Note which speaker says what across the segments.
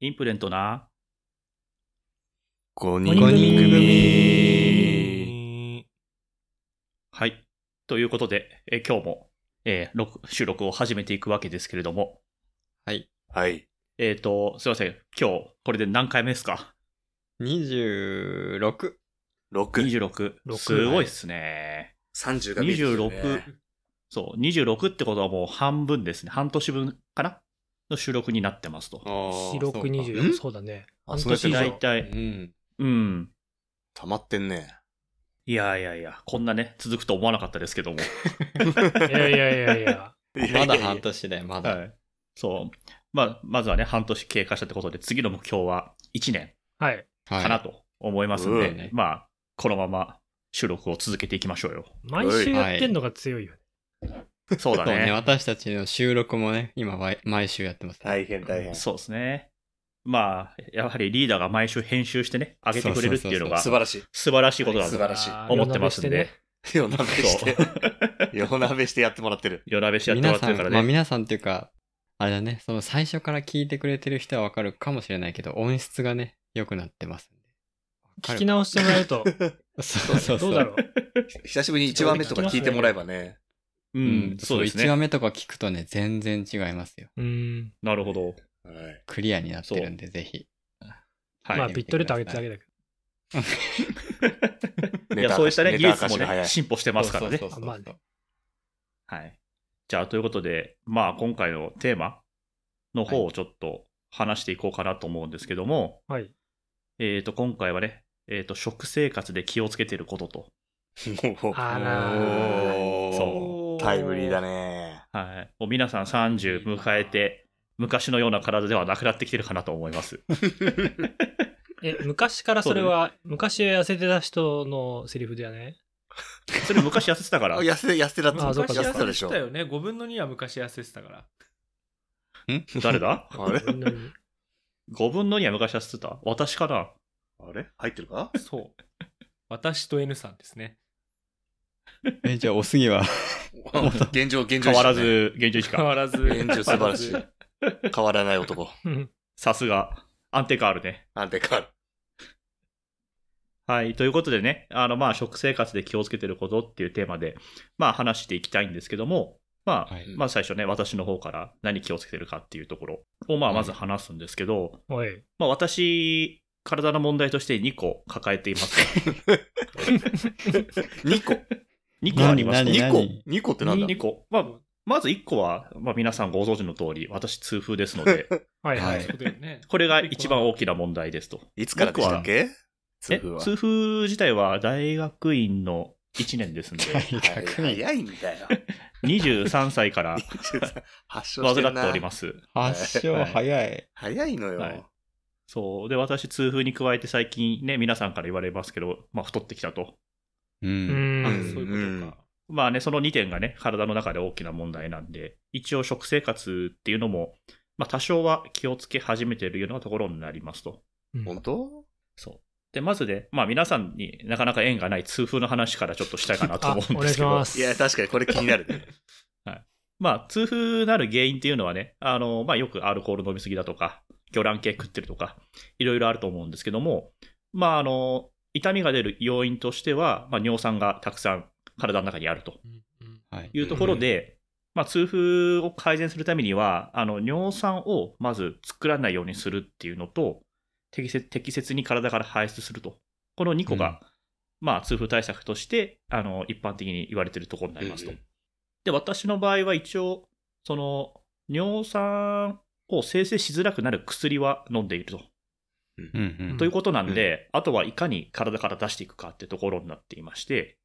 Speaker 1: インプレントな。
Speaker 2: 5人
Speaker 3: 五人
Speaker 2: 組
Speaker 3: 組
Speaker 1: はい。ということで、え今日も、えー録収録を始めていくわけですけれども、
Speaker 3: はい。
Speaker 2: はい。
Speaker 1: えっ、と、すいません。今日、これで何回目ですか
Speaker 3: 26。
Speaker 2: 6。
Speaker 1: ?26。
Speaker 3: 六
Speaker 1: すごいっすね。
Speaker 2: 30が見えてきたね
Speaker 1: 26。そう、26ってことはもう半分ですね。半年分かなの収録になってますと。
Speaker 2: あ
Speaker 4: 四
Speaker 2: あ、
Speaker 4: 六二十
Speaker 2: ん
Speaker 4: 四そうだね。
Speaker 2: あ
Speaker 4: 半
Speaker 2: そうやって
Speaker 4: 年以
Speaker 2: な
Speaker 1: 大
Speaker 4: 上。
Speaker 1: 体、
Speaker 3: うん。
Speaker 1: うん。
Speaker 2: 溜まってんね。
Speaker 1: いやいやいや、こんなね、続くと思わなかったですけども。
Speaker 4: いやいやいやいや。
Speaker 3: まだ半年だよ、まだ。
Speaker 1: はい。そう。まあ、まずはね、半年経過したってことで、次の目標は1年
Speaker 4: はい。
Speaker 3: は
Speaker 1: かなと思いますんで、
Speaker 2: うん
Speaker 1: まあ、このまま収録を続けていきましょうよ。
Speaker 4: 毎週やってんのが強いよね。
Speaker 1: そう
Speaker 3: そ
Speaker 1: だ
Speaker 3: うね、
Speaker 1: ね。
Speaker 3: 私たちの収録もね、今わい、毎週やってます。
Speaker 2: 大変大変。素
Speaker 1: そうですね。まあ、やはりリーダーが毎週編集してね、上げてくれるっていうのが素
Speaker 2: 晴らしい。
Speaker 1: 晴らしいことだ
Speaker 2: 素
Speaker 1: と
Speaker 2: 晴らしい
Speaker 4: あー
Speaker 1: 思ってますんで。。
Speaker 2: 夜鍋し
Speaker 1: そう
Speaker 2: て、。夜鍋してやってもらってる。
Speaker 1: 夜なべしやっても
Speaker 3: 皆
Speaker 1: らって
Speaker 3: さ
Speaker 1: る
Speaker 3: ん、
Speaker 1: から
Speaker 3: まあ
Speaker 1: ね。
Speaker 3: 皆さんっていうか、あれだね、その最初から聞いてくれてる人はわかるかもしれないけど、音質がね、良くなってますんで。
Speaker 4: 夜鍋してね聞き直してもらうと、
Speaker 3: そうそうそ
Speaker 4: ど
Speaker 3: う。
Speaker 4: うだろう。
Speaker 2: 久しぶりに1話目とか聞いてもらえばね。
Speaker 1: う
Speaker 3: うんん、、
Speaker 1: そ
Speaker 3: そうう、
Speaker 1: です
Speaker 3: 1話
Speaker 1: ね。
Speaker 3: 目とか聞くとね、全然違いますよ。
Speaker 4: うーん。
Speaker 1: なるほど。
Speaker 2: はい
Speaker 3: クリアになってるんで、ぜひ。
Speaker 1: はい。
Speaker 4: まあ、ビットレート上げてるだけだけ
Speaker 1: いや、そういったね、
Speaker 2: ネ
Speaker 1: 技術も
Speaker 2: タ明かしが早
Speaker 1: ね、
Speaker 2: い
Speaker 1: 進歩してますからね
Speaker 3: そう。そうそうそう
Speaker 4: ま
Speaker 1: はい。じゃあ、ということで、まあ、今回のテーマの方をちょっと話していこうかなと思うんですけども、
Speaker 4: ど。はい。
Speaker 1: えっ、と、今回はね、えっ、と、食生活で気をつけてることと、
Speaker 2: もう
Speaker 4: あらー。
Speaker 1: そ
Speaker 2: タイムリーだね。
Speaker 1: はい。もう皆さん30迎えて、昔のような体ではなくなってきてるかなと思い ます。
Speaker 4: え、昔からそれは、昔痩せてた人のセリフだよね。
Speaker 1: それ昔痩せてたか
Speaker 2: あ
Speaker 1: ら、
Speaker 2: 痩せ、痩せだった。
Speaker 4: あそっ
Speaker 2: 痩
Speaker 4: か
Speaker 2: せたでし
Speaker 5: し
Speaker 2: ょ
Speaker 5: た。よね。5分の2は昔痩せてたから。
Speaker 1: 誰だ
Speaker 2: あれ
Speaker 4: こんなに
Speaker 1: ?5 分の2は昔痩せてた私かな
Speaker 2: あれ入ってるか
Speaker 5: そう。私と N さんですね。
Speaker 3: え、じゃあ、おすぎは。
Speaker 2: 現状、現状維持だね
Speaker 1: 変わら。ず、現状維持
Speaker 5: 変
Speaker 1: か。
Speaker 5: わらず。
Speaker 2: 現状素晴らしい。変わらない男。
Speaker 4: うん
Speaker 1: さすが。安定感あるね。
Speaker 2: なんて変わる。
Speaker 1: はい。ということでね、あの、まあ、食生活で気をつけてることっていうテーマで、まあ、話していきたいんですけども、まあ、
Speaker 3: はい
Speaker 1: まあ、最初ね、私の方から何気をつけてるかっていうところを、まあ、まず話すんですけど、
Speaker 4: おい。
Speaker 1: まあ、私、体の問題として2個抱えています。
Speaker 2: 2個
Speaker 1: 2個あります
Speaker 3: 何
Speaker 1: ね。
Speaker 2: ?2
Speaker 3: 何
Speaker 2: 個 ?2 個ってなんだ
Speaker 1: 2個。まあ、まず1個は、まあ、皆さんご存知の通り、私、痛風ですの で、
Speaker 4: はいは
Speaker 3: はいい。
Speaker 5: そうだよね。
Speaker 1: これが一番大きな問題ですと。
Speaker 2: いつからでしたっけ
Speaker 1: え
Speaker 2: 痛風は。
Speaker 1: 痛風自体は大学院の1年ですんで、
Speaker 3: 大学に
Speaker 2: 早いんだよ。
Speaker 1: 23歳から
Speaker 2: 発症
Speaker 1: 患
Speaker 2: してる
Speaker 1: って
Speaker 2: な
Speaker 1: おります。
Speaker 3: 発症早い。
Speaker 2: 早いのよ。
Speaker 1: はいそう。で、私、痛風に加えて最近ね、皆さんから言われますけど、まあ、太ってきたと。
Speaker 3: う。
Speaker 4: うん
Speaker 5: あ
Speaker 4: ん。
Speaker 5: そういうことか。
Speaker 1: まあね、その2点がね、体の中で大きな問題なんで、一応食生活っていうのも、まあ、多少は気をつけ始めているようなところになりますと。
Speaker 2: 本当
Speaker 1: そう。で、まずね、まあ、皆さんになかなか縁がない痛風の話からちょっとしたいかなと
Speaker 4: あ
Speaker 1: 思う、ん
Speaker 4: お
Speaker 1: で
Speaker 4: 願い
Speaker 1: すけ
Speaker 4: し
Speaker 1: ど。
Speaker 4: ま。
Speaker 1: します
Speaker 2: いや、確かにこれ気になるね。
Speaker 1: まあ、痛風なる原因っていうのはね、あの、まあ、よくアルコール飲みすぎだとか、魚卵系食ってるとか、いろいろあると思うんですけども、まあ、あの、痛みが出る要因としては、まあ、尿酸がたくさん体の中にあると。
Speaker 5: うんうん
Speaker 3: はい。
Speaker 1: いうところで、まあ、痛風を改善するためには、あの尿酸をまず作らないようにするっていうのと、適切適切に体から排出すると、この2個が、まあ、痛風対策としてあの一般的に言われているところになりますと。
Speaker 2: うんうん
Speaker 1: で、私の場合は一応、その尿酸を生成しづらくなる薬は飲んでいると。
Speaker 3: うんん
Speaker 1: ということなんで、あとはいかに体から出していくかってところになっていまして、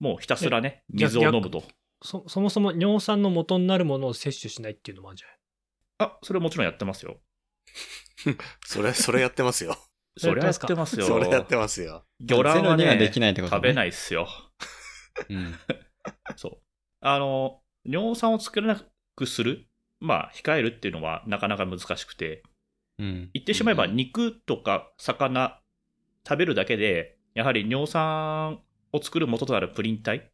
Speaker 1: もうひたすらね、
Speaker 4: え
Speaker 1: 水を飲むと。
Speaker 4: そそもそも尿酸の元になるものを摂取しないっていうのもあるんじゃない
Speaker 1: あ、それもちろんやってますよ。
Speaker 2: それ、それやってますよ。
Speaker 1: それやってますよ。
Speaker 2: それやってますよ。
Speaker 1: 魚卵は
Speaker 3: ゼロにはで
Speaker 1: ね、
Speaker 3: きないってこと。
Speaker 1: 食べないいっすよ。
Speaker 3: うん。
Speaker 1: そう。あの、尿酸を作らなくする、まあ、控えるっていうのはなかなか難しくて、
Speaker 3: うん
Speaker 1: 言ってしまえば
Speaker 3: うん
Speaker 1: 肉とか魚食べるだけで、やはり尿酸を作る元となるプリン体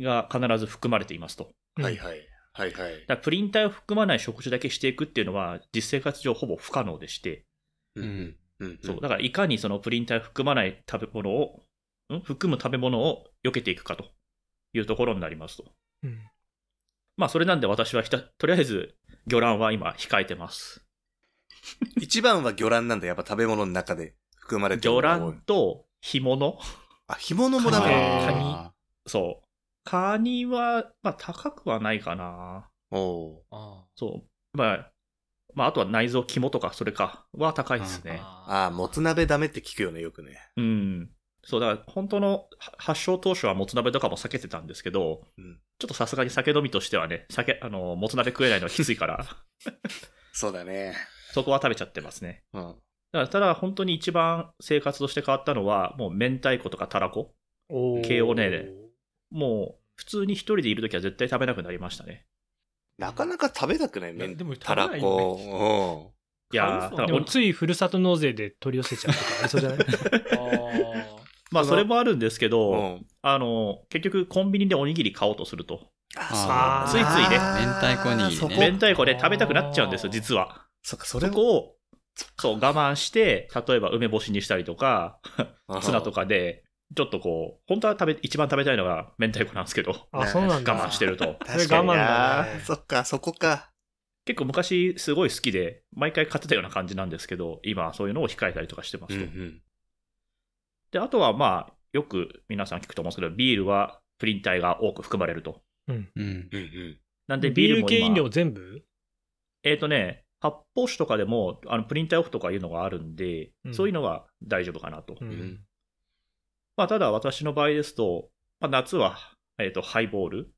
Speaker 1: が必ず含まれていますと。
Speaker 4: うん
Speaker 2: はいはい。はいはい。
Speaker 1: だからプリン体を含まない食事だけしていくっていうのは、実生活上ほぼ不可能でして、
Speaker 3: うん。
Speaker 2: うん。
Speaker 1: そうだからいかにそのプリン体を含まない食べ物を、ん含む食べ物を避けていくかというところになりますと。
Speaker 4: うん。
Speaker 1: まあ、それなんで私はひたとりあえず魚卵は今控えてます。
Speaker 2: 一番は魚卵なんだ。やっぱ食べ物の中で含まれてる
Speaker 1: 魚
Speaker 2: ものが多い
Speaker 1: 卵。と干物
Speaker 2: あ、干物もダメ
Speaker 1: カ
Speaker 2: だ。
Speaker 1: ニ
Speaker 3: あ
Speaker 1: そう。カニは、まあ、高くはないかな。
Speaker 2: おお
Speaker 5: あ
Speaker 1: そう。まあ、まあ、あとは内臓、肝とか、それか、は高いです
Speaker 5: ー
Speaker 1: ね。
Speaker 2: ー。
Speaker 5: あ
Speaker 2: ああ、もつ鍋ダメって聞くよね、よくね。
Speaker 1: うん。そう、だから、本当のは発症当初はもつ鍋とかも避けてたんですけど、
Speaker 2: うん
Speaker 1: ちょっとさすがに酒飲みとしてはね、酒、あの、もつ鍋食えないのはきついから、
Speaker 2: そうだね。
Speaker 1: そこは食べちゃってますね。
Speaker 2: うん。
Speaker 1: だから、ただ、本当に一番生活として変わったのは、もう明太子とかたらこ。
Speaker 4: お
Speaker 1: 慶応ねでもう、普通に一人でいるときは絶対食べなくなりましたね。
Speaker 2: なかなか食べたくない
Speaker 5: いや
Speaker 2: ね。
Speaker 5: でも食
Speaker 2: た
Speaker 5: べ
Speaker 2: ら
Speaker 5: ないよね
Speaker 2: こ。
Speaker 1: いやー
Speaker 5: 買う
Speaker 1: だ
Speaker 4: で
Speaker 1: から
Speaker 4: も
Speaker 1: お
Speaker 4: ついふるさと納税で取り寄せちゃうとかありそうじゃない
Speaker 5: ーあ
Speaker 1: まあ、それもあるんですけ
Speaker 2: うん。
Speaker 1: ど、
Speaker 2: うん
Speaker 1: あの、結局、コンビニでおにぎり買おうとすると、
Speaker 3: あ
Speaker 2: あ
Speaker 3: ー
Speaker 2: そう
Speaker 1: ついついね
Speaker 3: 明太子に
Speaker 2: そこ
Speaker 1: 明太子で食べたくなっちゃうんですよ、
Speaker 5: あー
Speaker 1: 実は。
Speaker 2: そっか、そ
Speaker 1: そ
Speaker 2: れ
Speaker 1: こを、そう、我慢して、例えば梅干しにしたりとか、ツナと
Speaker 2: か。
Speaker 1: かで、ちょっとこう、本当は食べ、一番食べたいのが明太子なんですけど、
Speaker 4: あ、そうなんだ。
Speaker 1: 我慢してる と。
Speaker 2: 確
Speaker 4: それ
Speaker 2: か
Speaker 4: 我
Speaker 2: に
Speaker 4: 慢
Speaker 2: な
Speaker 4: だね
Speaker 2: そっか、そこか。
Speaker 1: 結構昔すごい好きで、毎回買ってたような感じなんですけど、今はそういうのを控えたりとかしてますと。
Speaker 2: ん。
Speaker 1: で、あとはまあ、よく皆さん聞くと思うんですけど、ビールはプリン体が多く含まれると。
Speaker 3: うん。
Speaker 2: うんうん。
Speaker 1: なんで
Speaker 4: で、
Speaker 1: ビ
Speaker 4: ビ
Speaker 1: ー
Speaker 4: ー
Speaker 1: ル
Speaker 4: ル
Speaker 1: も
Speaker 4: 系
Speaker 1: 今
Speaker 4: 飲料全部
Speaker 1: えっ、とね、発泡酒とかでも、あのプリン体オフとかいうのがあるんで、
Speaker 4: うん
Speaker 1: そういうのは大丈夫かなと。
Speaker 4: うんん。
Speaker 1: まあ、ただ私の場合ですと、まあ、夏は、えー、とハイボール。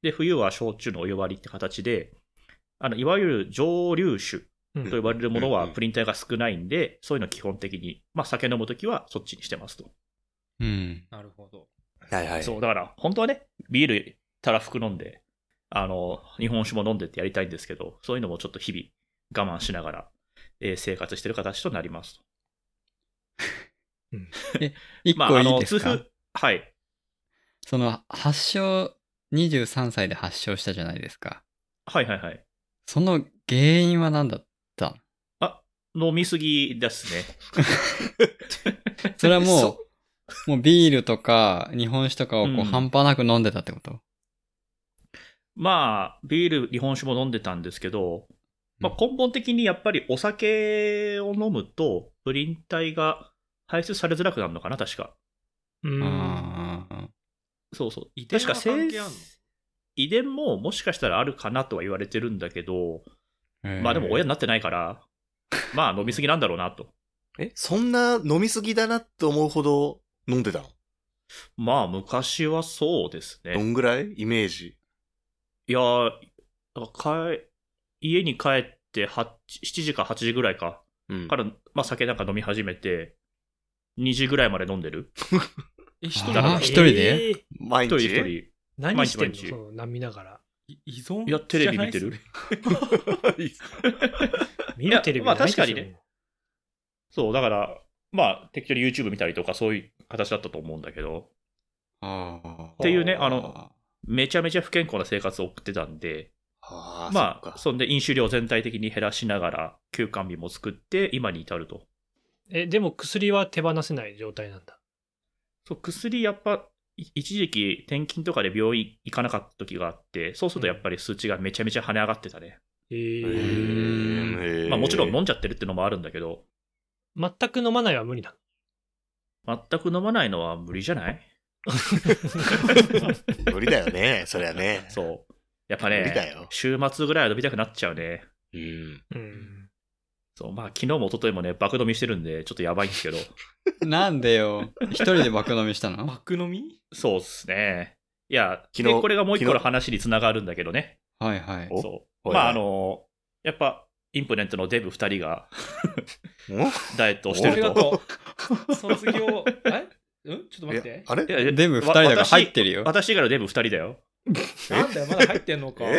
Speaker 1: で、冬は焼酎のお湯割りって形で、あのいわゆる蒸留酒
Speaker 4: うん
Speaker 1: と呼ばれるもの
Speaker 2: うん
Speaker 1: は
Speaker 2: うん
Speaker 1: プリン体が少ないんで、そういうの基本的に、まあ、酒飲むときはそっちにしてますと。
Speaker 3: うん。
Speaker 5: なるほど。
Speaker 2: はいはい。
Speaker 1: そう、だから本当はね、ビールたらふく飲んで、あの、日本酒も飲んでってやりたいんですけど、そういうのもちょっと日々我慢しながら、えー生活してる形となりますと。
Speaker 3: 一
Speaker 1: ま
Speaker 3: 個
Speaker 1: あ、あ
Speaker 3: いい
Speaker 1: の、
Speaker 3: です
Speaker 1: 痛
Speaker 3: か
Speaker 1: 風、はい、
Speaker 3: その、発症、23歳で発症したじゃないですか。
Speaker 1: はいはいはい。
Speaker 3: その原因は何だったの
Speaker 1: 飲みすぎですね。
Speaker 3: それ はも、
Speaker 2: そう
Speaker 3: もうビールとか日本酒とか
Speaker 1: う
Speaker 3: をこ
Speaker 1: ん
Speaker 3: う半端なく飲んでたってこと、
Speaker 1: まあ、ビール、日本酒も飲んでたんですけど、まあ、
Speaker 3: うん
Speaker 1: 根本的にやっぱりお酒を飲むと、プリン体が排出されづらくなるのかな、確か。
Speaker 4: うん
Speaker 3: あー
Speaker 1: そうそう。
Speaker 5: 遺伝
Speaker 1: 確
Speaker 5: は
Speaker 1: か
Speaker 5: 関係あんの
Speaker 1: 遺伝ももしかしたらあるかなとは言われてるんだけど、
Speaker 3: へー
Speaker 1: まあでも親になってないから、まあ飲みすぎなんだろうなと。
Speaker 2: え、そんな飲みすぎだなって思うほど飲んでたの
Speaker 1: まあ昔はそうです
Speaker 2: ど
Speaker 1: ね。
Speaker 2: んぐらいイメージ。
Speaker 1: いやー、だから帰家に帰って8 7時か8時ぐらいか、
Speaker 2: うん
Speaker 1: から、まあ酒なんか飲み始めて、2時ぐらいまで飲んでる。
Speaker 5: え、一人
Speaker 3: あー
Speaker 5: だ
Speaker 3: 一人で
Speaker 4: えー
Speaker 2: 毎
Speaker 1: 一人
Speaker 2: 日。
Speaker 1: 一人。
Speaker 4: 何してんの
Speaker 1: 毎日毎日
Speaker 4: その波見ながら。
Speaker 5: い依存
Speaker 1: いやテレビ見てる
Speaker 5: じゃないっ
Speaker 4: 見るテレビ
Speaker 1: まあ
Speaker 4: ないでしょ
Speaker 1: 確かにね。そう、だから、まあ、適当に YouTube 見たりとか、そういう形だったと思うんだけど、
Speaker 3: あー
Speaker 1: っていうねあの、めちゃめちゃ不健康な生活を送ってたんで、
Speaker 2: ああ、
Speaker 1: ま
Speaker 2: そっ
Speaker 1: あ、
Speaker 2: か
Speaker 1: そんで飲酒量全体的に減らしながら、休館日も作って、今に至ると。
Speaker 4: え、でも薬は手放せない状態なんだ。
Speaker 1: そう、薬、やっぱ、い一時期、転勤とかで病院行かなかった時があって、そうするとやっぱり数値がめちゃめちゃ跳ね上がってたね。
Speaker 4: え
Speaker 2: へ
Speaker 4: ー、
Speaker 2: ー
Speaker 1: まあ、もちろん飲んじゃってるってのもあるんだけど、
Speaker 4: 全く飲まないは無理だ。
Speaker 1: 全く飲まないのは無理じゃ ない
Speaker 2: 無理だよね、そりゃね。
Speaker 1: そう。やっぱ
Speaker 2: 無理だ
Speaker 1: ね、
Speaker 2: よ。
Speaker 1: 週末ぐらいは飲みたくなっちゃうね。
Speaker 2: うん。
Speaker 4: う
Speaker 5: す
Speaker 4: ん。
Speaker 5: ね
Speaker 1: そう、まあ、昨日も一昨日もね、爆飲みしてるんで、ちょっとやばいんです けど。
Speaker 3: なんでよ。一人で爆飲みした
Speaker 5: うん
Speaker 3: の
Speaker 5: 爆飲み
Speaker 1: そうっすね。いや、
Speaker 2: 昨日
Speaker 1: でこれがもう一個の
Speaker 2: 昨日
Speaker 1: 話につながるんだけどね。
Speaker 3: はいはい。
Speaker 2: お
Speaker 1: そう。
Speaker 2: はい
Speaker 1: まあ、
Speaker 2: はい
Speaker 1: あの、やっぱ、インプレントのデブ2人が
Speaker 2: お
Speaker 1: ダイエットをしてる
Speaker 5: 俺だ
Speaker 1: と。
Speaker 5: と、卒業、えうんちょっと待っ
Speaker 2: え
Speaker 5: て。
Speaker 2: あ
Speaker 1: い
Speaker 2: れ
Speaker 1: やいや
Speaker 3: デブ二人だから
Speaker 1: わ私
Speaker 3: 入ってるよ。
Speaker 1: 私以外のデブ2人だよ。
Speaker 5: なんだよ、まだ入ってんのか。
Speaker 2: え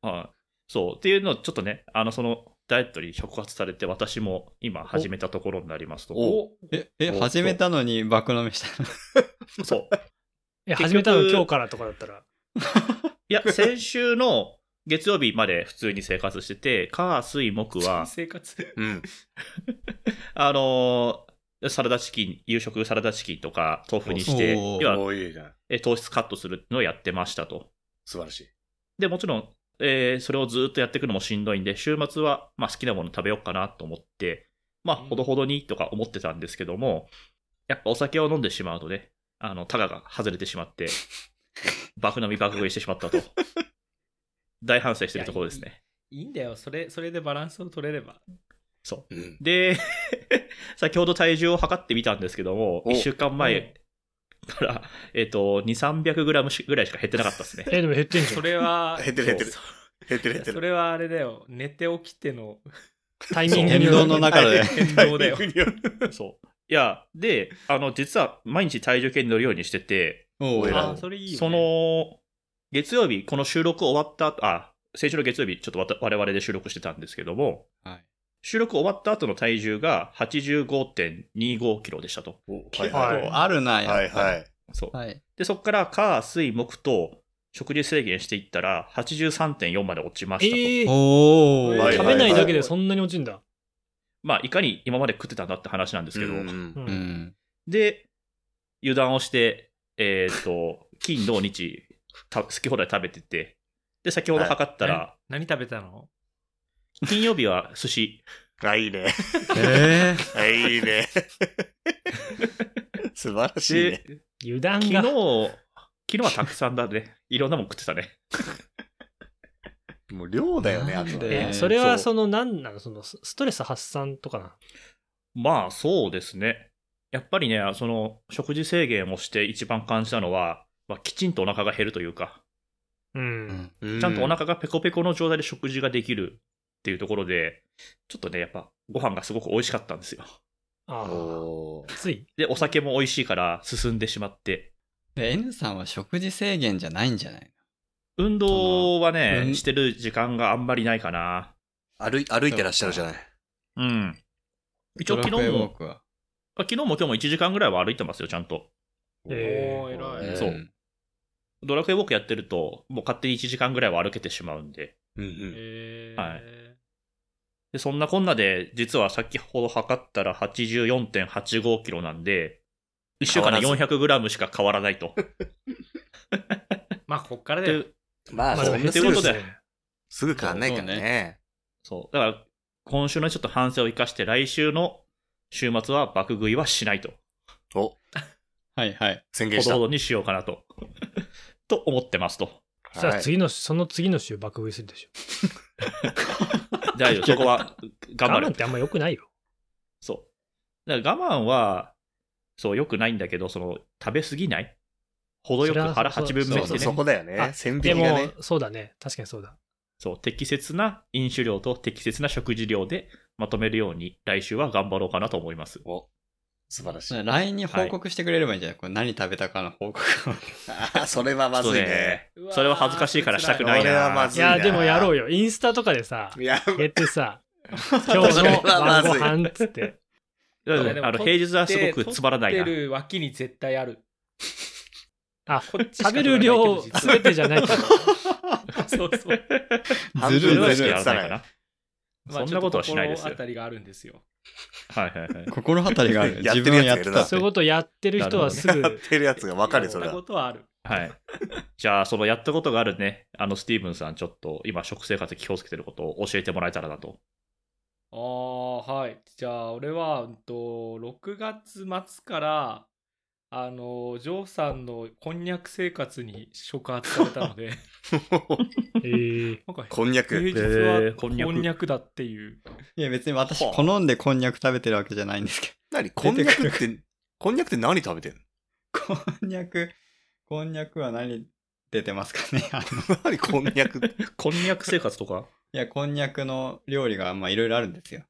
Speaker 1: はい。そう。っていうのをちょっとね、あの、その、ダイエットに触発されて、私も今始めたところになりますと。
Speaker 5: お
Speaker 3: え、え、
Speaker 1: お
Speaker 3: 始めたのに爆飲みしたの
Speaker 1: そう。
Speaker 4: え、
Speaker 1: 結局
Speaker 4: 始めたの今日からとかだったら。
Speaker 1: いや、先週の月曜日まで普通に生活してて、火、水、木は、
Speaker 5: 生活。
Speaker 2: うん。
Speaker 1: あのーサラダチキン、夕食サラダチキンとか豆腐にして
Speaker 3: お、ー
Speaker 1: 要は
Speaker 2: おーいいじゃん。
Speaker 1: え糖質カットするのをやってましたと。
Speaker 2: 素晴らしい。
Speaker 1: で、もちろん、えーそれをずっとやっていくのもしんどいんで、週末は、まあ、好きなもの食べようかなと思って、まあ、
Speaker 5: うん
Speaker 1: ほどほどにとか思ってたんですけども、やっぱお酒を飲んでしまうとね、あの、タガが外れてしま って、バフ飲みバフ食いしてしまったと。大反省してるところですね。
Speaker 5: いいんだよ。それ、それでバランスを取れれば。
Speaker 1: そ
Speaker 2: うん。
Speaker 1: う。で、 先ほど体重を測ってみたんですけども、
Speaker 2: お、
Speaker 1: 1週間前から、えっ、と、2、300グラムぐらいしか減ってなかったですね。
Speaker 4: え、でも減ってんじゃ
Speaker 5: そ
Speaker 4: ん。
Speaker 5: れは
Speaker 2: 減ってる減ってる
Speaker 5: そ
Speaker 2: 減ってる減
Speaker 5: い
Speaker 2: っ
Speaker 5: や
Speaker 2: て
Speaker 5: そ
Speaker 2: る。
Speaker 5: れはあれだよ。寝て起きての
Speaker 4: タイミング
Speaker 3: 天
Speaker 4: に
Speaker 3: 道の中で。
Speaker 5: 変動だよ。
Speaker 2: タイミングによる
Speaker 1: そう。いや、で、あの、実は毎日体重計に乗るようにしてて、
Speaker 3: お
Speaker 2: 偉い
Speaker 5: あ
Speaker 3: ー
Speaker 5: ーそれいいよね
Speaker 1: そ、の、月曜日、この収録終わった後、あ、先週の月曜日、ちょっとわた我々で収録してたんですけども、
Speaker 3: はい
Speaker 1: 収録終わった後の体重が85.25キロでしたと。
Speaker 2: は
Speaker 3: 結
Speaker 2: いはい。
Speaker 3: 構あるな、
Speaker 2: は
Speaker 3: や
Speaker 2: い
Speaker 3: っぱ
Speaker 2: は
Speaker 3: り。
Speaker 2: い。
Speaker 1: そう。
Speaker 3: はい。
Speaker 1: で、そこから、火、水、木と、食事制限していったら、83.4まで落ちましたと。
Speaker 4: ええ
Speaker 3: お
Speaker 5: ー
Speaker 3: お。
Speaker 2: はい
Speaker 4: 食べないだけでそんなに落ちんだ。
Speaker 1: まあ、いかに今まで食ってたんだって話なんですけど、
Speaker 2: うん
Speaker 4: うん
Speaker 3: うん。
Speaker 1: で、油断をして、えーっと、金、土、日、た好き放題食べてて、で、先ほど測ったら、
Speaker 5: 何食べたの
Speaker 1: 金曜日は寿司、
Speaker 2: あ、いいね。
Speaker 3: ええ。
Speaker 2: あ、いい ね。素晴らしいね
Speaker 1: で。、
Speaker 4: 油断
Speaker 1: 昨日、
Speaker 4: が。
Speaker 1: 昨日はたくさんだね。いろんなもん食ってたね。
Speaker 2: もう量だよね、あと
Speaker 3: なん
Speaker 2: は
Speaker 3: で
Speaker 2: ね。
Speaker 4: えそれは
Speaker 1: そ
Speaker 4: その何なのそのスストレス発散とかな
Speaker 1: まあ、そうですね。やっぱりね、その、食事制限をして一番感じたのは、まあ、きちんとお腹が減るというか、
Speaker 4: うん、
Speaker 2: う
Speaker 1: ちゃんとお腹がペコペコの状態で食事ができるっていうところで、ちょっとね、やっぱ、ご飯がすごく美味しかったんですよ。
Speaker 4: ああ
Speaker 2: おー
Speaker 4: つい
Speaker 1: で、お酒も美味しいから進んでしまって、
Speaker 3: で、N さんは食事制限じゃないんじゃない
Speaker 1: 運動は
Speaker 3: う
Speaker 1: ね、
Speaker 3: ん
Speaker 1: してる時間があんまりないかな。
Speaker 2: 歩い歩いてらっしゃるじゃない。
Speaker 1: うん。一応
Speaker 3: ドラ
Speaker 1: 昨
Speaker 3: クエ
Speaker 1: 日
Speaker 3: ウォー
Speaker 1: も、
Speaker 3: クは。
Speaker 1: 昨日も今日も1時間ぐらいは歩いてますよ、ちゃんと。
Speaker 4: えー
Speaker 5: おー偉い。
Speaker 1: そうんドラクエウォークやってると、もう勝手に1時間ぐらいは歩けてしまうんで。
Speaker 2: うんうん。
Speaker 5: え
Speaker 1: はい
Speaker 5: ー
Speaker 1: で、そんなこんなで、実は先ほど測ったら84.85キロなんで、1週間で
Speaker 2: 変わら
Speaker 1: 400グラムしか変わら ないと。
Speaker 5: まあ、こっからだよ
Speaker 1: で。
Speaker 2: まあ、
Speaker 4: まあ
Speaker 2: そ
Speaker 4: でも
Speaker 2: んな
Speaker 1: と
Speaker 2: す
Speaker 1: いう
Speaker 2: ぐ
Speaker 1: こと
Speaker 2: す
Speaker 1: で
Speaker 2: ぐすぐ変わんないから
Speaker 3: そう
Speaker 2: ね。
Speaker 1: そう。だから、今週のちょっと反省を生かして、来週の週末は爆食いはしないと。
Speaker 2: お、
Speaker 3: はいはい。
Speaker 2: 宣言
Speaker 1: ほ
Speaker 2: し
Speaker 1: ど
Speaker 2: た
Speaker 1: ほ。どにしようかなと。 と思ってますと。
Speaker 4: じゃ
Speaker 2: は
Speaker 4: あ
Speaker 2: い
Speaker 4: 次のその次の週爆食いするでしょ
Speaker 1: 大丈 夫、そこは頑張
Speaker 4: 我
Speaker 1: る
Speaker 4: 慢っ。てあんま良くないよ
Speaker 1: そう。だから我慢は、そう、良くないんだけど、その、食べ過ぎない程よく
Speaker 4: そりゃ
Speaker 1: 腹
Speaker 4: そう
Speaker 1: 八分目
Speaker 2: そう
Speaker 1: っ
Speaker 2: そ
Speaker 1: て
Speaker 2: う、
Speaker 1: ね。
Speaker 2: そこだよね
Speaker 4: あ。
Speaker 2: 線引
Speaker 4: で
Speaker 2: きが
Speaker 4: も
Speaker 2: ね。
Speaker 4: そうだね確かにそうだ
Speaker 1: そう、適切な飲酒量と適切な食事量でまとめるように、来週は頑張ろうかなと思います。
Speaker 2: お、素晴らしい。
Speaker 3: LINE に報告してくれればいいんじゃないこれ何食べたかの報告を。
Speaker 2: あーそれはまずいね。
Speaker 1: ちょっとねそれは恥ずかしいからしたくない
Speaker 2: それはま
Speaker 1: な。
Speaker 2: ず
Speaker 4: い
Speaker 2: いな
Speaker 4: やでもやろうよインスタとかでさ
Speaker 2: いや、
Speaker 4: あげ てさ今日の晩ご飯っつって
Speaker 1: だから
Speaker 5: いやでも
Speaker 1: あの平日はすごくつまらない
Speaker 5: 撮
Speaker 1: な
Speaker 5: っ。てる脇に絶対ある。
Speaker 4: あ
Speaker 5: こっちしか
Speaker 4: 食べる量
Speaker 5: 撮らない
Speaker 4: 全てじゃないけど
Speaker 5: けど実は そうそう。
Speaker 2: 半分
Speaker 3: ずる
Speaker 1: は
Speaker 3: い
Speaker 1: し
Speaker 3: ず
Speaker 1: か
Speaker 3: るい
Speaker 1: やらないかな。
Speaker 5: まあ
Speaker 1: そんなことはしないです
Speaker 5: ちょっ
Speaker 1: よ
Speaker 5: 心当たりがあるんですよ。
Speaker 1: はいはいはい。
Speaker 3: 心当たりがある。
Speaker 2: やってる
Speaker 3: 自分はや
Speaker 2: や
Speaker 3: っ
Speaker 2: つがい
Speaker 3: て
Speaker 2: る
Speaker 3: た
Speaker 2: な
Speaker 3: っ
Speaker 4: そう
Speaker 3: て
Speaker 4: いう。ことやってる人はすぐ
Speaker 2: やってるやつがわかる、それ
Speaker 5: やった
Speaker 2: は
Speaker 5: こ。とはある。
Speaker 1: はい。じゃあ、そのやったことがあるね、あの、スティーブンさん、ちょっと今、食生活で気をつけてることを教えてもらえたらなと。
Speaker 5: ああ、はい。じゃあ、俺は、うんと、6月末から、あの、ジョーさんのこんにゃく生活に触発された ので、
Speaker 4: えー
Speaker 5: なんか、
Speaker 2: こんにゃ
Speaker 5: 平
Speaker 2: く。
Speaker 5: 日
Speaker 1: え
Speaker 5: は
Speaker 1: ー
Speaker 5: こ
Speaker 1: こ
Speaker 5: ん
Speaker 1: ん
Speaker 5: に
Speaker 1: に
Speaker 5: ゃ
Speaker 1: ゃ
Speaker 5: く
Speaker 1: く
Speaker 5: だっていう。
Speaker 3: いや別に私好んでこんにゃく食べてるわけじゃないんですけ
Speaker 2: なに、こんにゃくって、こんにゃくって何食べてん
Speaker 3: ど。こんにゃく、こんにゃくは何出てますか ねあの
Speaker 2: の何、こんにゃくって。
Speaker 1: こんにゃく生活とか
Speaker 3: いや、こんにゃくの料理がまあいろいろあるんですよ。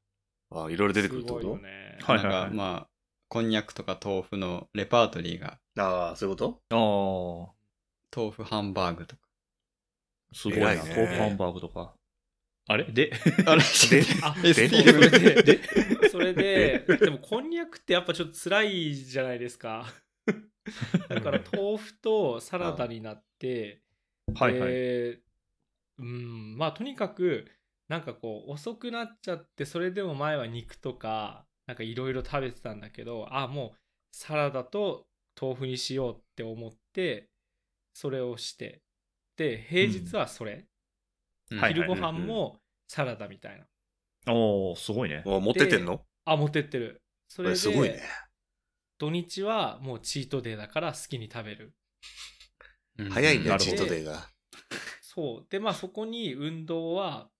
Speaker 2: あ、いろいろ出てくるってこ
Speaker 5: すごいよ
Speaker 2: と
Speaker 5: ね。
Speaker 1: はいはいはい
Speaker 3: なんかまあ、こんにゃくとか豆腐のレパートリーが、
Speaker 2: ああ、そういうこと
Speaker 1: ああ。
Speaker 3: 豆腐ハンバーグとか。
Speaker 1: すごいな、
Speaker 2: 偉いね
Speaker 1: 豆腐ハンバーグとか。 あれ で、
Speaker 3: あれ
Speaker 2: で、
Speaker 3: え
Speaker 5: あ、そう
Speaker 3: ス
Speaker 5: そ
Speaker 3: テ
Speaker 5: れ
Speaker 3: ィーブ
Speaker 5: で、 それで、でもこんにゃくってやっぱちょっと辛いじゃないで すか。だから豆腐とサラダになって、
Speaker 1: はいはい。
Speaker 5: でうん、まあとにかく、なんかこう、遅くなっちゃって、それでも前は肉とか、なんかいろいろ食べてたんだけど、あ、もうサラダと豆腐にしようって思って、それをして、で、平日はそれ、
Speaker 3: うん
Speaker 1: はい
Speaker 5: 昼ご飯もサラダみたいな。
Speaker 1: おー、すごいね。
Speaker 2: もう持ってってんの
Speaker 5: あ、持ってってる。そ
Speaker 2: こ
Speaker 5: れ
Speaker 2: れ
Speaker 5: です
Speaker 2: ごいね。
Speaker 5: 土日はもうチートデーだから好きに食べる。
Speaker 3: うん
Speaker 2: 早いんだ
Speaker 1: なる
Speaker 2: よ、
Speaker 1: ほ
Speaker 2: チ
Speaker 1: ど
Speaker 2: ートデイが。
Speaker 5: そう。で、まあそこに運動は、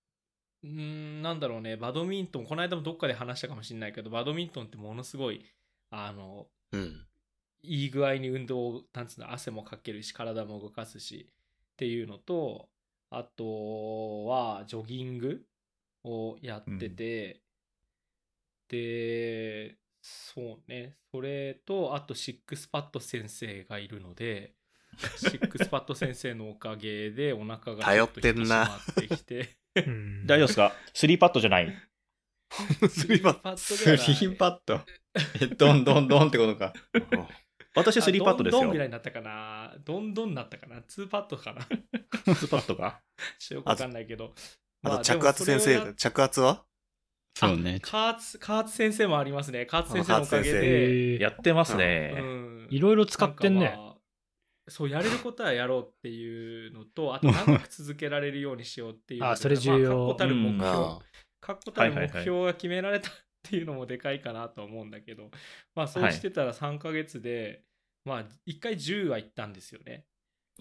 Speaker 5: うーん、なんだろうね、バドミントン、この間もどっかで話したかもしれないけど、バドミントンってものすごい、あの、
Speaker 2: うん。
Speaker 5: いい具合に運動を、なんつうの、汗もかけるし、体も動かすし、っていうのと、あとは、ジョギングをやってて、で、そうね、それと、あと、シックスパッド先生がいるので、シックスパッド先生のおかげで、お腹がちょと
Speaker 2: 頼ってんな
Speaker 5: 引き締まってきて、
Speaker 4: うん
Speaker 1: 大丈夫ですかスリーパッドじゃない。
Speaker 2: スリーパッド
Speaker 5: ド
Speaker 3: スリーパッド。え、どんどんどんってこ とか。
Speaker 1: 私はスリーパッドです
Speaker 5: どんどん
Speaker 1: よ
Speaker 5: ぐ。らいになったかなどんどんになったかなツーパッドかな
Speaker 1: スリーパッドか。
Speaker 5: ちょっとよくわかんないけど。
Speaker 2: あ
Speaker 5: ま
Speaker 2: と、着圧
Speaker 5: でも
Speaker 2: 先
Speaker 5: それを
Speaker 2: 生
Speaker 5: や
Speaker 2: が、着圧は
Speaker 3: そうね。
Speaker 5: 加圧、加圧先生もありますね。加圧先生のおかげで。
Speaker 4: へー
Speaker 1: やってます
Speaker 5: う
Speaker 1: ね。
Speaker 5: ん
Speaker 4: いろいろ使ってん
Speaker 5: なんか
Speaker 4: ね。
Speaker 5: まあそう、やれることはやろうっていうのと、あと長く続けられるようにしようっていうの で。
Speaker 4: あそれ重要
Speaker 5: まあ確固たる
Speaker 1: う
Speaker 5: 目
Speaker 1: ん
Speaker 5: 標。
Speaker 2: あ
Speaker 5: 確固た
Speaker 1: は
Speaker 5: る
Speaker 1: い
Speaker 5: 目
Speaker 1: はいはい
Speaker 5: 標が決められたっていうのもでかいかなと思うんだけど、まあそうしてたら3ヶ月で、まあ1回10は行ったんですよね。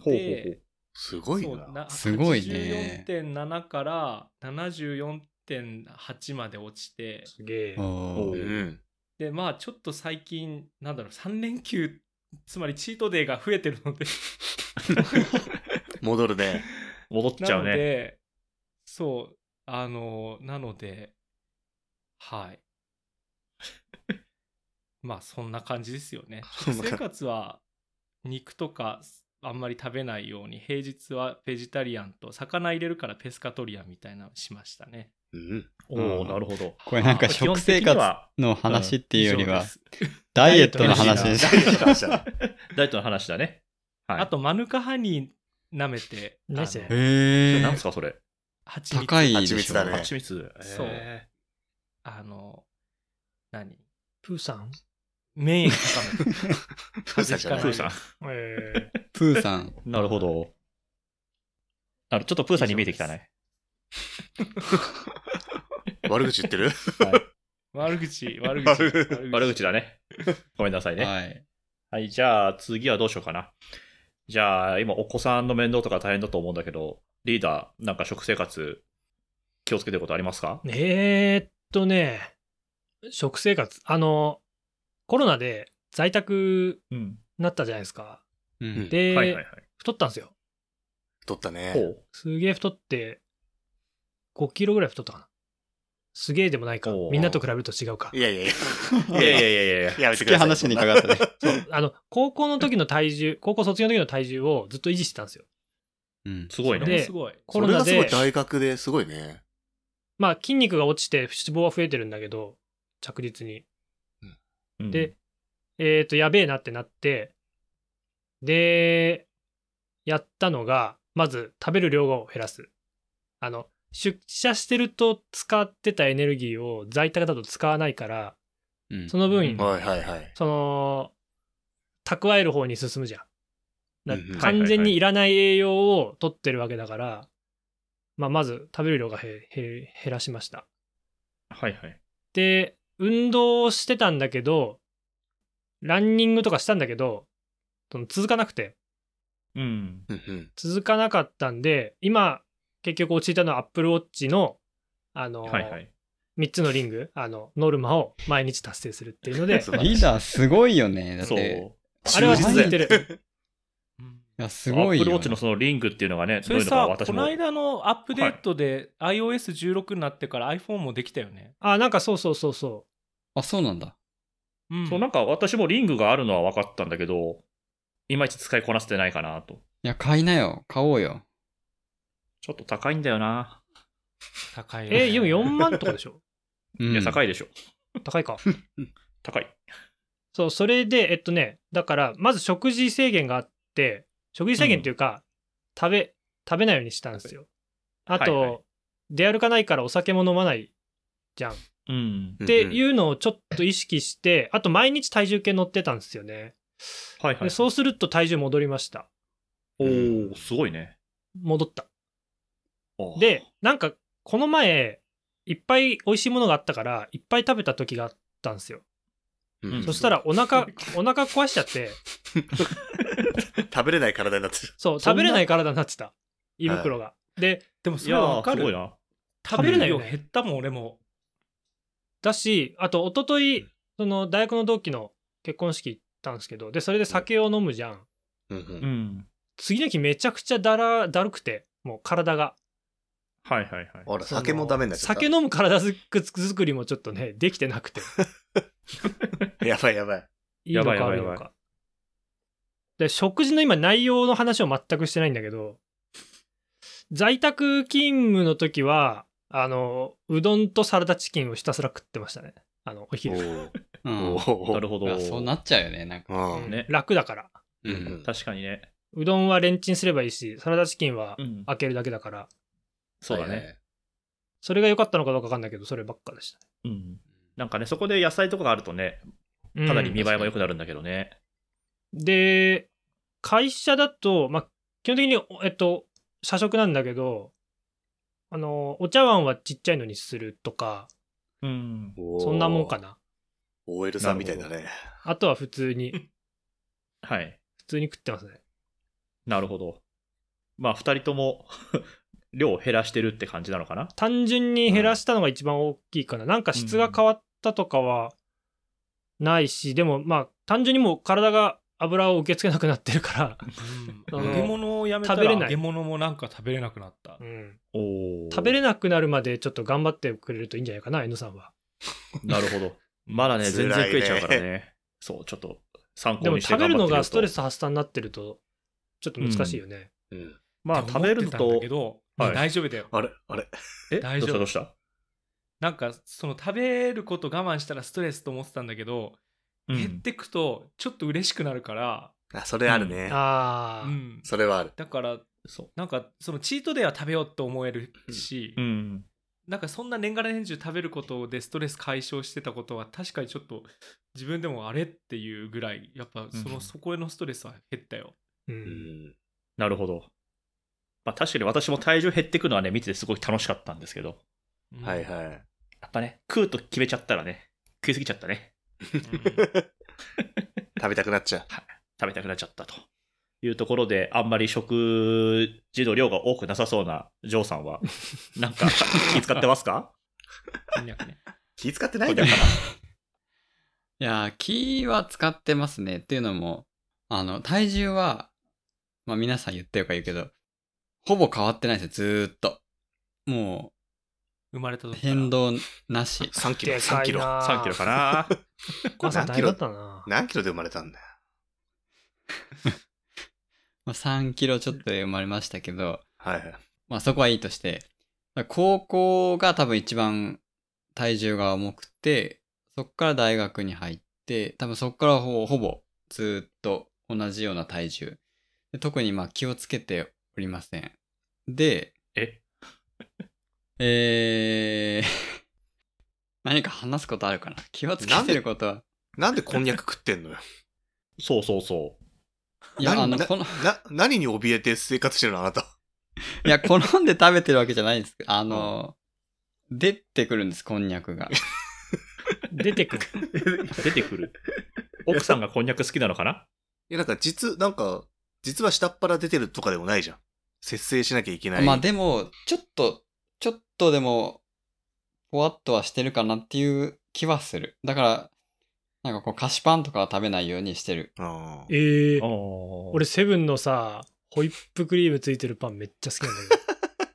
Speaker 1: ほうほうほ
Speaker 5: です
Speaker 2: ごい
Speaker 5: そう
Speaker 2: な。
Speaker 3: すごいね
Speaker 5: 84.7から74.8まで落ちて、
Speaker 4: すげえ。
Speaker 2: う
Speaker 3: おー
Speaker 2: ん。
Speaker 5: で、まあちょっと最近、なんだろう、3連休、つまりチートデーが増えてるので、
Speaker 2: 戻るね。
Speaker 1: う。戻っちゃ
Speaker 5: なの
Speaker 1: うね。
Speaker 5: で、そう、あの、なので、はい。 まあそんな感じですよね。
Speaker 2: そんな感じ
Speaker 5: 生活は肉とかあんまり食べないように、平日はベジタリアンと、魚入れるからペスカトリアンみたいなのしましたね。
Speaker 2: うん。
Speaker 1: おおーなるほど。
Speaker 3: これなんか
Speaker 1: 基本的
Speaker 3: 食生
Speaker 1: に
Speaker 3: 活
Speaker 1: は
Speaker 3: の話っていうより
Speaker 5: 以上
Speaker 3: は
Speaker 5: で、す
Speaker 3: ダイエットの話
Speaker 4: ダイエ
Speaker 3: で
Speaker 4: ッ
Speaker 3: す。
Speaker 1: ダイエットの話だね。はい。
Speaker 5: あと、マヌカハニー舐め て、
Speaker 4: 何それ
Speaker 5: あの
Speaker 3: へ
Speaker 1: 何
Speaker 3: ー
Speaker 1: す。か、それ。
Speaker 5: 蜂蜜
Speaker 3: 高いでしょ。
Speaker 2: 蜂蜜だね
Speaker 1: 蜂蜜。
Speaker 5: そう
Speaker 1: え
Speaker 5: あの、何
Speaker 4: プーさん
Speaker 5: 免疫高 める。
Speaker 2: ふうさんじゃ
Speaker 1: ー
Speaker 2: な
Speaker 1: プー
Speaker 2: い。
Speaker 1: さん。
Speaker 4: ええ。
Speaker 3: プーさ ん。
Speaker 1: なるほど。なるちょっとプーさんに見えてきたね。
Speaker 2: 悪口言ってる
Speaker 5: 悪口、悪口。
Speaker 2: 悪口
Speaker 1: 悪口だね。ごめんなさいね。
Speaker 3: はい。
Speaker 1: はい、じゃあ次はどうしようかな。じゃあ今お子さんの面倒とか大変だと思うんだけど、リーダー、なんか食生活気をつけてることありますか
Speaker 4: えーっとね、食生活、あの、コロナで在宅
Speaker 1: うん。
Speaker 4: になったじゃないですか。
Speaker 3: うん
Speaker 4: で、
Speaker 1: はいはいはい。
Speaker 4: 太ったんですよ。
Speaker 2: 取ったね
Speaker 1: ほ。う。
Speaker 4: すげえ太って、5キロぐらい太ったかな。すげえでもないか
Speaker 1: お。ー
Speaker 4: みんなと比べると違うか
Speaker 2: い。やいやい
Speaker 1: いや
Speaker 2: や。
Speaker 1: いやい
Speaker 2: や。
Speaker 1: やいやい
Speaker 2: やめ
Speaker 3: つ
Speaker 2: てく
Speaker 3: け
Speaker 2: ださい。
Speaker 3: 話にかかったね。
Speaker 4: そう あの、高校の時の体重、高校卒業の時の体重をずっと維持してたんですよ。
Speaker 3: うん
Speaker 1: すごいね。
Speaker 4: で
Speaker 5: ですごい。
Speaker 4: コ
Speaker 2: こ
Speaker 4: ロ
Speaker 2: れ
Speaker 4: ナ
Speaker 2: がすごい
Speaker 4: で、
Speaker 2: 大学ですごいね。
Speaker 4: まあ筋肉が落ちて脂肪は増えてるんだけど、着実に。
Speaker 1: うん
Speaker 4: で、えっ、と、やべえなってなって、で、やったのが、まず食べる量を減らす。あの、出社してると使ってたエネルギーを在宅だと使わないから、
Speaker 3: うん
Speaker 4: その分、
Speaker 2: はいはいはい。
Speaker 4: その、蓄える方に進むじゃん。だ
Speaker 2: うんうん
Speaker 4: 完全にいらない栄養を取ってるわけだから、まあ、まず食べる量がへへ減らしました。
Speaker 1: はいはい。
Speaker 4: で、運動をしてたんだけど、ランニングとかしたんだけど、その続かなくて、
Speaker 1: うん。
Speaker 2: うんうん。
Speaker 4: 続かなかったんで、今、結局落ちたのは Apple Watch の、あの、
Speaker 1: はいはい。
Speaker 4: 3つのリング、あの、ノルマを毎日達成するっていう ので、
Speaker 2: 素晴らしい
Speaker 3: リーダーすごいよね。だっ
Speaker 1: そう。
Speaker 3: て、
Speaker 4: あれは
Speaker 2: 忠
Speaker 4: 続
Speaker 2: 実
Speaker 4: い
Speaker 2: だ
Speaker 4: て
Speaker 2: よ
Speaker 4: る。
Speaker 5: うん
Speaker 3: いやすごい
Speaker 1: アップルウォ
Speaker 3: よ
Speaker 1: ッチ
Speaker 3: ね、
Speaker 1: のそのリングっていうのがね、
Speaker 5: そ
Speaker 1: そうい
Speaker 5: れ
Speaker 1: うのが
Speaker 5: さ、
Speaker 1: 私
Speaker 5: こ
Speaker 1: も
Speaker 5: の。間のアップデートで iOS16 になってから iPhone もできたよね。
Speaker 4: あ、なんかそうそうそうそ
Speaker 3: あ、そうなんだ。
Speaker 5: うん
Speaker 1: そう、なんか私もリングがあるのは分かったんだけど、いまいち使いこなせてないかなと。
Speaker 3: いや、買いなよ。買おうよ。
Speaker 1: ちょっと高いんだよな。
Speaker 5: 高
Speaker 4: う。
Speaker 5: いよね。
Speaker 4: え、でも4万とかでしょ
Speaker 3: うん、
Speaker 1: いや、高
Speaker 3: い。
Speaker 1: いでしょ。
Speaker 4: 高いか。
Speaker 1: 高い。
Speaker 4: そう、それで、えっとね、だから、まず食事制限があって、食事制限っていうか、食べ、食べないようにしたんですよ。あと、
Speaker 1: はいはい
Speaker 4: 出歩かないからお酒も飲まないじゃん。っ
Speaker 1: うん。
Speaker 4: ていうのをちょっと意識して、あと毎日体重計乗ってたんですよね。
Speaker 1: はいはい。
Speaker 4: でそうすると体重戻りました。
Speaker 1: おー、すごいね。
Speaker 4: 戻った。
Speaker 1: あー、
Speaker 4: で、なんか、この前、いっぱい美味しいものがあったから、いっぱい食べた時があったんですよ。
Speaker 2: うん
Speaker 1: うん
Speaker 4: そしたらお腹、お腹壊しちゃって、
Speaker 2: 食べれない体になってる。
Speaker 4: そう、
Speaker 5: そ
Speaker 4: 食
Speaker 5: んな
Speaker 4: べれない体になってた。胃袋が。で、
Speaker 5: でも
Speaker 1: い
Speaker 5: それ
Speaker 1: や
Speaker 5: はわ
Speaker 1: ー、
Speaker 5: か
Speaker 1: すごい
Speaker 5: る。
Speaker 1: な。
Speaker 5: 食べる
Speaker 4: 食
Speaker 5: 量
Speaker 4: べるよね
Speaker 5: 減ったもん、俺も。
Speaker 4: だし、あと、一昨日その、大学の同期の結婚式行ったんですけど、で、それで酒を飲むじゃん。
Speaker 2: うんう
Speaker 1: うんん。
Speaker 4: 次の日めちゃくちゃだら、だるくて、もう体が。
Speaker 1: はいはいはい。
Speaker 2: あら、
Speaker 4: その
Speaker 2: 酒もダメになっちゃった。
Speaker 4: 酒飲む体づく作りもちょっとね、できてなくて。
Speaker 2: やばいやばい。
Speaker 4: いいのか
Speaker 1: やばいやばい
Speaker 4: 悪いの
Speaker 1: やば
Speaker 4: か。で食事の今内容の話を全くしてないんだけど在宅勤務の時はあのうどんとサラダチキンをひたすら食ってましたねあのお
Speaker 2: お
Speaker 4: 昼、
Speaker 2: ー
Speaker 3: うん
Speaker 2: お。ー
Speaker 1: なるほど。
Speaker 3: そうなっちゃうよね、なんか。
Speaker 2: う
Speaker 4: うん
Speaker 2: ん
Speaker 1: ね
Speaker 4: 楽だから
Speaker 3: う
Speaker 2: うん
Speaker 3: ん。
Speaker 1: 確かにね。
Speaker 4: うどんはレンチンすればいいしサラダチキンは
Speaker 1: うん。
Speaker 4: 開けるだけだから、
Speaker 1: そうだね。
Speaker 3: はいはい
Speaker 4: それが良かったのかどうか分かんないけどそればっかでした、
Speaker 1: うん。なんかね、そこで野菜とかがあるとね、
Speaker 4: うん
Speaker 1: かなり見栄えも良くなるんだけどね。
Speaker 4: で会社だと、まあ、基本的におえっと社食なんだけどあのお茶碗はちっちゃいのにするとか
Speaker 1: うん。
Speaker 2: おー
Speaker 4: そんなもんか。な。
Speaker 2: OL さんみたいだね。
Speaker 4: あとは普通に、普
Speaker 1: はい。
Speaker 4: 通に食ってますね。
Speaker 1: なるほど。まあ、二人とも 量を減らしてるって感じなのかな。
Speaker 4: 単純に減らしたのが一番大きいかな。なんか質が変わったとかはないし、でもまあ単純にもう体が油を受け付けなくなってるから、う
Speaker 5: う
Speaker 4: んん
Speaker 5: 揚げ物をやめた
Speaker 4: 食べ
Speaker 5: ら
Speaker 4: れない
Speaker 5: 揚げ物もなんか食べれなくなった
Speaker 4: う。ん
Speaker 1: お
Speaker 4: 食べれ
Speaker 1: な
Speaker 4: なくなるまでちょっと頑張ってくれるといいんじゃないかな、N さんは。
Speaker 1: なるほど。まだね、
Speaker 2: 辛
Speaker 1: 全
Speaker 2: いね
Speaker 1: 然食えちゃうからね。そう、ちょっと参考
Speaker 4: でも
Speaker 1: にして
Speaker 4: 食
Speaker 1: 頑張
Speaker 4: べ
Speaker 1: って
Speaker 4: るのがスト
Speaker 1: みよ
Speaker 4: レ
Speaker 1: うと
Speaker 4: ス発散になってると、ちょっと難しいよね。
Speaker 2: うん
Speaker 1: まあ、食べるの
Speaker 5: って思
Speaker 1: と
Speaker 5: ってたんだけ、ど、
Speaker 1: はい
Speaker 5: 大丈夫だよ。
Speaker 2: あれあれ
Speaker 1: え
Speaker 5: 大丈夫
Speaker 1: どうしたどうし
Speaker 5: なんかその食べること我慢したらストレスと思ってたんだけど、
Speaker 1: た、うん
Speaker 5: 減ってくとちょっと嬉しくなるから、
Speaker 2: あ、それあるね。
Speaker 4: ああ、
Speaker 5: うん
Speaker 2: それはある。
Speaker 5: だから
Speaker 1: そう。
Speaker 5: なんかそのチートデイは食べようと思えるし、
Speaker 1: うん。
Speaker 5: なんかそんな年がら年中食べることでストレス解消してたことは確かにちょっと自分でもあれっていうぐらいやっぱその、
Speaker 1: うん
Speaker 5: そこへのストレスは減ったよ。
Speaker 4: う。
Speaker 2: うんん
Speaker 1: なるほど。まあ、確かに私も体重減ってくのはね、見ててすごい楽しかったんですけど、
Speaker 2: はい
Speaker 5: い。
Speaker 2: はい。
Speaker 1: やっぱね、食うと決めちゃったらね、食いすぎちゃったね。
Speaker 5: うん
Speaker 2: 食べたくなっちゃ
Speaker 1: 食べたくなっちゃったというところで、あんまり食事の量が多くなさそうなジョーさんは、なんか気遣ってますか
Speaker 5: こんにゃくね
Speaker 2: う。気使ってないん
Speaker 1: こ
Speaker 2: だ
Speaker 1: れ
Speaker 2: か。
Speaker 1: から
Speaker 3: いやー、気は使ってますね。っていうのも、あの、体重は、まあ皆さん言ってるから言うけど、ほぼ変わってないですよ、ずーっと。も
Speaker 5: 生まれた
Speaker 3: う、
Speaker 5: 時から
Speaker 3: 変動なし。
Speaker 2: 3キロ、
Speaker 4: でか
Speaker 2: 3キ
Speaker 4: い
Speaker 2: ロ。
Speaker 4: な
Speaker 1: 3キロかな
Speaker 4: お母さん大変だった な。
Speaker 2: 何キロで生まれたんだよ。
Speaker 3: まあ、3キロちょっとで生まれましたけど、
Speaker 2: はいはい。
Speaker 3: まあそこはいいとして、高校が多分一番体重が重くて、そっから大学に入って、多分そっからほほぼずーっと同じような体重。で特にまあ気をつけておりません。で、
Speaker 1: え
Speaker 3: えー、 何か話すことあるかな気をつけてることは。
Speaker 2: なんでこんにゃく食ってんのよ。
Speaker 1: そうそうそ
Speaker 3: いや、あ
Speaker 2: 何
Speaker 3: の、
Speaker 2: な
Speaker 3: この、
Speaker 2: な、何に怯えて生活してるのあなた。
Speaker 3: いや、好んで食べてるわけじゃないんですけど、あ の、出てくるんです、こんにゃくが。
Speaker 4: 出てくる。
Speaker 1: う。 出てくる。奥さんがこんにゃく好きなのかない
Speaker 2: や、なんか実、なんか、実は下っ腹出てるとかでもないじゃん。節制しなきゃいけない。
Speaker 3: まあでも、ちょっと、ちょっとでも、ぽわっとはしてるかなっていう気はする。だから、なんかこう、菓子パンとかは食べないようにしてる。
Speaker 2: あー
Speaker 4: ええ
Speaker 1: あー
Speaker 4: 俺セブンのさホイップクリームついてるパンめっちゃ好きなんだ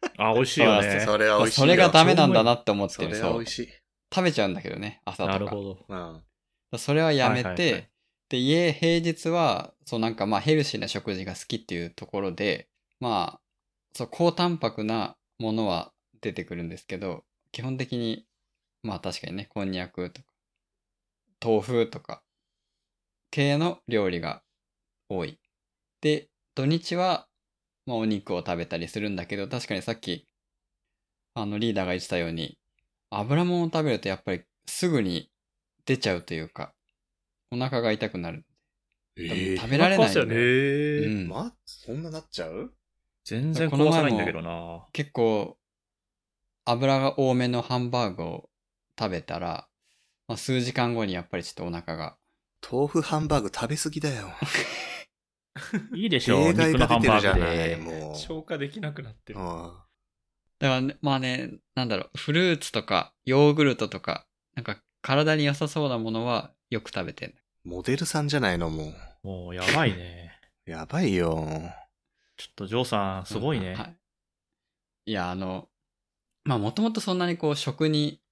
Speaker 4: けど
Speaker 1: あ、美味しいよね。
Speaker 2: それは美味しい
Speaker 3: そ
Speaker 2: よ。
Speaker 3: れがダメなんだなって思って
Speaker 2: そ
Speaker 3: る。
Speaker 2: れ
Speaker 3: そ
Speaker 2: は美
Speaker 3: う
Speaker 2: 味。しい。
Speaker 3: 食べちゃうんだけどね、朝とか。
Speaker 1: なるほど。
Speaker 2: うん。
Speaker 3: それはやめて、
Speaker 1: はいはいはい
Speaker 3: で、家、平日は、そうなんかまあヘルシーな食事が好きっていうところで、まあ、そう、高タンパクなものは出てくるんですけど、基本的に、まあ確かにね、こんにゃくとか、豆腐とか、系の料理が多い。で、土日は、まあお肉を食べたりするんだけど、確かにさっき、あのリーダーが言ってたように、油もんを食べるとやっぱりすぐに出ちゃうというか、お腹が痛くなる。多分食べられないんだよ、
Speaker 4: お腹空いたよね
Speaker 1: へ
Speaker 3: う
Speaker 1: え。
Speaker 3: ん
Speaker 2: ま、そんななっちゃう
Speaker 1: 全然壊さないんだけどな。
Speaker 3: 結構油が多めのハンバーグを食べたら、まあ、数時間後にやっぱりちょっとお腹が
Speaker 2: 豆腐ハンバーグ食べ過ぎだよ。
Speaker 1: いいでしょ、
Speaker 2: 例外
Speaker 1: 肉の
Speaker 2: が
Speaker 1: ハ
Speaker 2: 出
Speaker 1: ン
Speaker 2: てる
Speaker 1: バ
Speaker 2: じゃ
Speaker 1: ーグ
Speaker 2: な
Speaker 1: で。
Speaker 2: い、もう。
Speaker 5: 消化できなくなってる。
Speaker 2: うん
Speaker 3: だからね、まあね、なんだろう、フルーツとかヨーグルトとか、なんか体に良さそうなものはよく食べてる。
Speaker 2: モデルさんじゃないの、も
Speaker 1: もうやばいね。
Speaker 2: う。やばいよ。
Speaker 1: ちょっとジョーさん、すごいね。
Speaker 3: うんはい。いや、あの、まあもともとそんなにこう食に、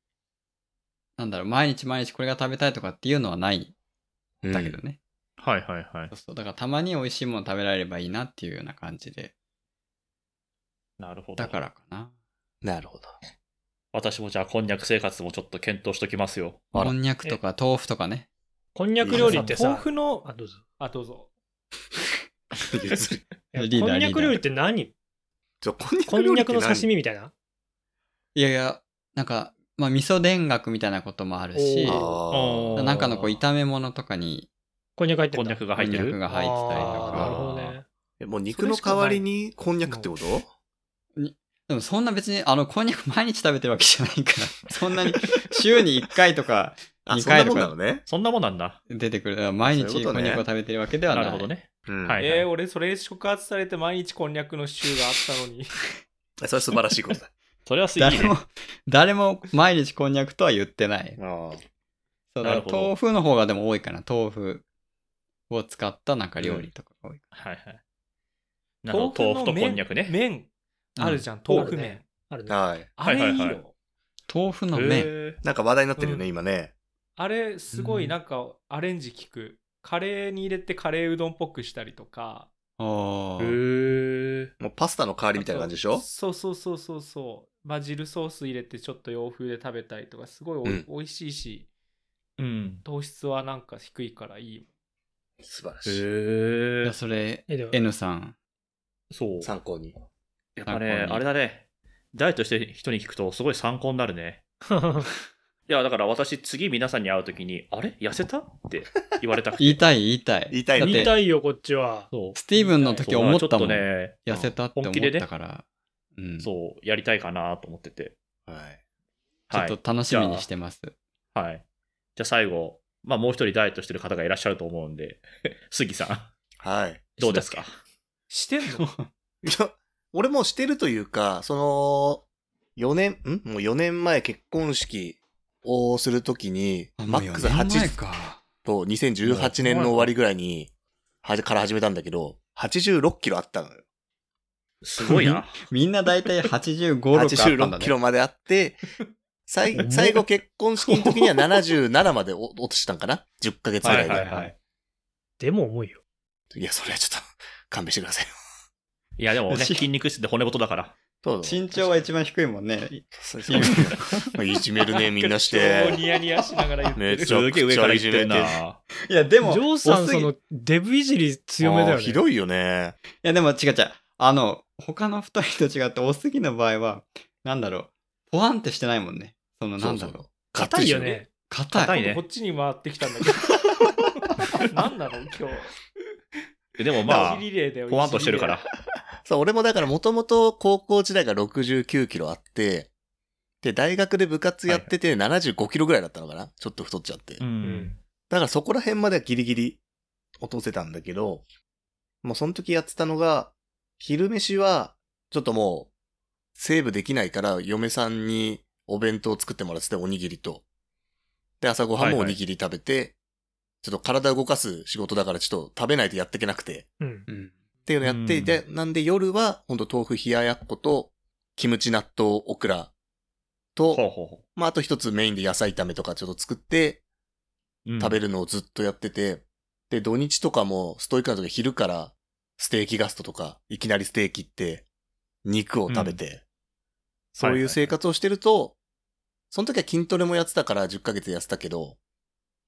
Speaker 3: なんだろう、毎日毎日これが食べたいとかっていうのはないん
Speaker 2: うん
Speaker 3: だけどね。
Speaker 1: はいはいはい
Speaker 3: そう。そう。だからたまに美味しいもの食べられればいいなっていうような感じで。
Speaker 1: なるほど。
Speaker 3: だからかな。
Speaker 2: なるほど。
Speaker 1: 私もじゃあ、こんにゃく生活もちょっと検討しときますよ。
Speaker 3: こんにゃくとか豆腐とかね。
Speaker 4: こんにゃく料理ってさ、
Speaker 5: 豆腐の、
Speaker 4: あ、どうぞ。
Speaker 5: あ、どうぞ。
Speaker 2: 譲る
Speaker 4: いや
Speaker 3: リーダー
Speaker 4: こんにゃく料理って何
Speaker 2: ちょこんにゃ
Speaker 4: こ
Speaker 2: く
Speaker 4: ん
Speaker 2: 料
Speaker 4: に
Speaker 2: 理
Speaker 4: ゃ
Speaker 2: っ
Speaker 4: く
Speaker 2: て
Speaker 4: の
Speaker 2: 何
Speaker 4: 刺身みたいな。
Speaker 3: いやいや、なんか、まあ味噌田楽みたいなこともあるし、
Speaker 2: あ
Speaker 1: ー
Speaker 3: なんかのこう炒め物とかに
Speaker 4: こんにゃく入って
Speaker 1: こ
Speaker 4: ん
Speaker 1: んに
Speaker 4: だ
Speaker 1: ゃくが入って
Speaker 3: こんに
Speaker 1: る
Speaker 3: ゃく。が入ってたり
Speaker 4: あ
Speaker 3: と
Speaker 4: ーなる
Speaker 3: か。
Speaker 4: ほどね。
Speaker 2: あ。もう肉の代わりにこんにゃくってこと
Speaker 3: でもそんな別に、あの、こんにゃく毎日食べてるわけじゃないから、そんなに週に1回とか
Speaker 2: あ、
Speaker 3: 二
Speaker 2: そんな
Speaker 3: 回
Speaker 2: も
Speaker 3: と
Speaker 2: ん
Speaker 3: か
Speaker 2: なのね。
Speaker 1: そんなもんなんだ。
Speaker 3: 出てくる。毎
Speaker 2: そうい
Speaker 3: 日
Speaker 2: うこ
Speaker 3: こと
Speaker 2: ね
Speaker 3: んにゃくを食べてるわけではな。
Speaker 1: ないるほどね。
Speaker 2: うん
Speaker 1: はい
Speaker 5: えー、俺、それ触発されて毎日こんにゃくのシューがあったのに。
Speaker 2: それは素晴らしいことだ。
Speaker 1: それはすげえ
Speaker 3: 誰も、誰も毎日こんにゃくとは言ってない。
Speaker 2: ああ。
Speaker 3: そう
Speaker 1: な
Speaker 3: だ
Speaker 1: る
Speaker 3: か
Speaker 1: ほ
Speaker 3: ら
Speaker 1: ど
Speaker 3: 豆腐の方がでも多いかな。豆腐を使ったなんか料理とかが多いか
Speaker 1: はいはい。なるほど豆
Speaker 5: の
Speaker 1: 腐と
Speaker 5: 麺
Speaker 1: こんにゃくね。
Speaker 5: 麺、
Speaker 3: な。
Speaker 5: あるじゃん、
Speaker 4: うん
Speaker 5: 豆腐麺。
Speaker 4: あるね。
Speaker 2: はい。
Speaker 5: あれいいよ。
Speaker 1: はいはいは
Speaker 3: うん豆腐の
Speaker 1: へ
Speaker 3: 麺。
Speaker 1: え
Speaker 2: なんか話題になってるよね、
Speaker 5: うん
Speaker 2: 今ね。
Speaker 5: あれ、すご
Speaker 3: う
Speaker 5: い
Speaker 3: ん
Speaker 5: なんかアレンジ効く。カレーに入れてカレーうどんっぽくしたりとか。
Speaker 3: あー
Speaker 1: へえ
Speaker 2: もうパスタの代わりみたいな感じでし
Speaker 5: あ
Speaker 2: ょ
Speaker 5: とそうそうそうそうそう。バジルソース入れてちょっと洋風で食べたりとか、すごいおい、
Speaker 2: うん
Speaker 5: 美味しいし、
Speaker 1: うん。
Speaker 5: 糖質はなんか低いからいい。
Speaker 2: 素晴ら
Speaker 1: へ
Speaker 2: しい。
Speaker 3: い
Speaker 1: え
Speaker 3: や、それ、
Speaker 4: え、でも、
Speaker 3: N さん。
Speaker 1: そう。
Speaker 2: 参考に。
Speaker 1: やっぱね
Speaker 3: 参考、に
Speaker 1: あれだね。ダイエットしてる人に聞くと、すごい参考になるね。いや、だから私、次皆さんに会うときに、あれ痩せたって言われたくて。
Speaker 3: 言いたい、言いたい。
Speaker 2: 言いたい
Speaker 3: だ
Speaker 2: ね
Speaker 3: っ
Speaker 4: 見
Speaker 3: て
Speaker 4: たいよ、こっちは。
Speaker 1: そう。
Speaker 3: スティーブンの
Speaker 1: そう
Speaker 3: 時思ったもん。
Speaker 1: だからちょっ
Speaker 3: 痩せたって思
Speaker 1: 本気で
Speaker 3: っ
Speaker 1: ね
Speaker 3: たから。うん。
Speaker 1: とね、そう、やりたいかなと思ってて。
Speaker 2: はい。
Speaker 3: ちょ
Speaker 1: は
Speaker 3: っ
Speaker 1: い。
Speaker 3: と楽しみにしてます。
Speaker 1: はい。じゃあ最後、まあもう一人ダイエットしてる方がいらっしゃると思うんで、 杉さん、
Speaker 2: はい。
Speaker 1: どうですか
Speaker 5: してんの
Speaker 2: いや、俺もうしてるというか、その、4年、んもう4年前結婚式をするときに、
Speaker 3: あ
Speaker 2: マ
Speaker 3: もう
Speaker 2: ックス
Speaker 3: 四年前
Speaker 2: 8
Speaker 3: か。
Speaker 2: と2018年の終わりぐらいに、はじから始めたんだけど、86キロあったのよ。
Speaker 1: すごいな。
Speaker 3: みんな大体85、6あったんだ
Speaker 2: 86
Speaker 3: ね
Speaker 2: キロまであって、最最後結婚式の時には77までお落としたんかな ?10 ヶ月ぐ
Speaker 1: は
Speaker 2: らい
Speaker 1: い
Speaker 2: で。
Speaker 1: はいはい。
Speaker 4: でも重いよ。
Speaker 2: いや、それはちょっと勘弁してくださいよ。
Speaker 1: いや、でもね、
Speaker 3: し
Speaker 1: 筋肉質で骨太だから。
Speaker 2: どうぞ
Speaker 3: 身長は一番低いもんね。
Speaker 2: そうそうまあいじめるね、みんなして
Speaker 5: 超。ニヤニヤしながら言って
Speaker 2: め
Speaker 5: る
Speaker 2: っ。
Speaker 1: す
Speaker 2: ちゃく
Speaker 1: げえ上
Speaker 2: ち
Speaker 1: か
Speaker 2: ゃ
Speaker 1: ら
Speaker 2: い
Speaker 1: いっ
Speaker 2: じ
Speaker 1: て
Speaker 2: め
Speaker 1: ん
Speaker 2: て。
Speaker 1: な。
Speaker 3: いや、で
Speaker 4: ジョーさん、そ
Speaker 3: い
Speaker 4: の、デブいじり強めだ
Speaker 2: あ
Speaker 4: よ
Speaker 2: ー
Speaker 4: ね。
Speaker 2: ひどいよね。
Speaker 3: や、でも違う違う。あの、他の二人と違って、おすぎの場合は、なんだろう。ポワンってしてないもんね。その、なんだろう。。
Speaker 4: 硬いよ。ね。
Speaker 3: 硬
Speaker 1: 硬
Speaker 3: い。
Speaker 1: いね
Speaker 5: こっちに回ってきたんだけ ど。なんなの今日。
Speaker 1: でもまあ
Speaker 5: 一時、リレーだよ
Speaker 1: ポワンとしてるか。
Speaker 5: 一
Speaker 1: ら
Speaker 5: 時リ。
Speaker 2: そう、俺もだからもともと高校時代が69キロあって、で、大学で部活やってて75キロぐらいだったのかなちょっと太っちゃって。
Speaker 1: う
Speaker 2: だ
Speaker 1: ん。
Speaker 2: からそこら辺まではギリギリ落とせたんだけど、もうその時やってたのが、昼飯はちょっともうセーブできないから嫁さんにお弁当作ってもらってておにぎりと。で、朝ごはんもおにぎり食べて、ちょっと体動かす仕事だからちょっと食べないとやっていけなくて。
Speaker 4: うん。
Speaker 3: うん。
Speaker 2: っていうのやって、
Speaker 1: うん
Speaker 2: で、なんで夜は、ほんと豆腐冷ややっこと、キムチ納豆オクラと、
Speaker 1: ほうほうほ
Speaker 2: まあ、あと一つメインで野菜炒めとかちょっと作って、
Speaker 1: う。うん
Speaker 2: 食べるのをずっとやってて、で、土日とかもストイックな時昼から、ステーキガストとか、いきなりステーキって、肉を食べて、そういう生活をしてると、その時は筋トレもやってたから10ヶ月痩せたけど、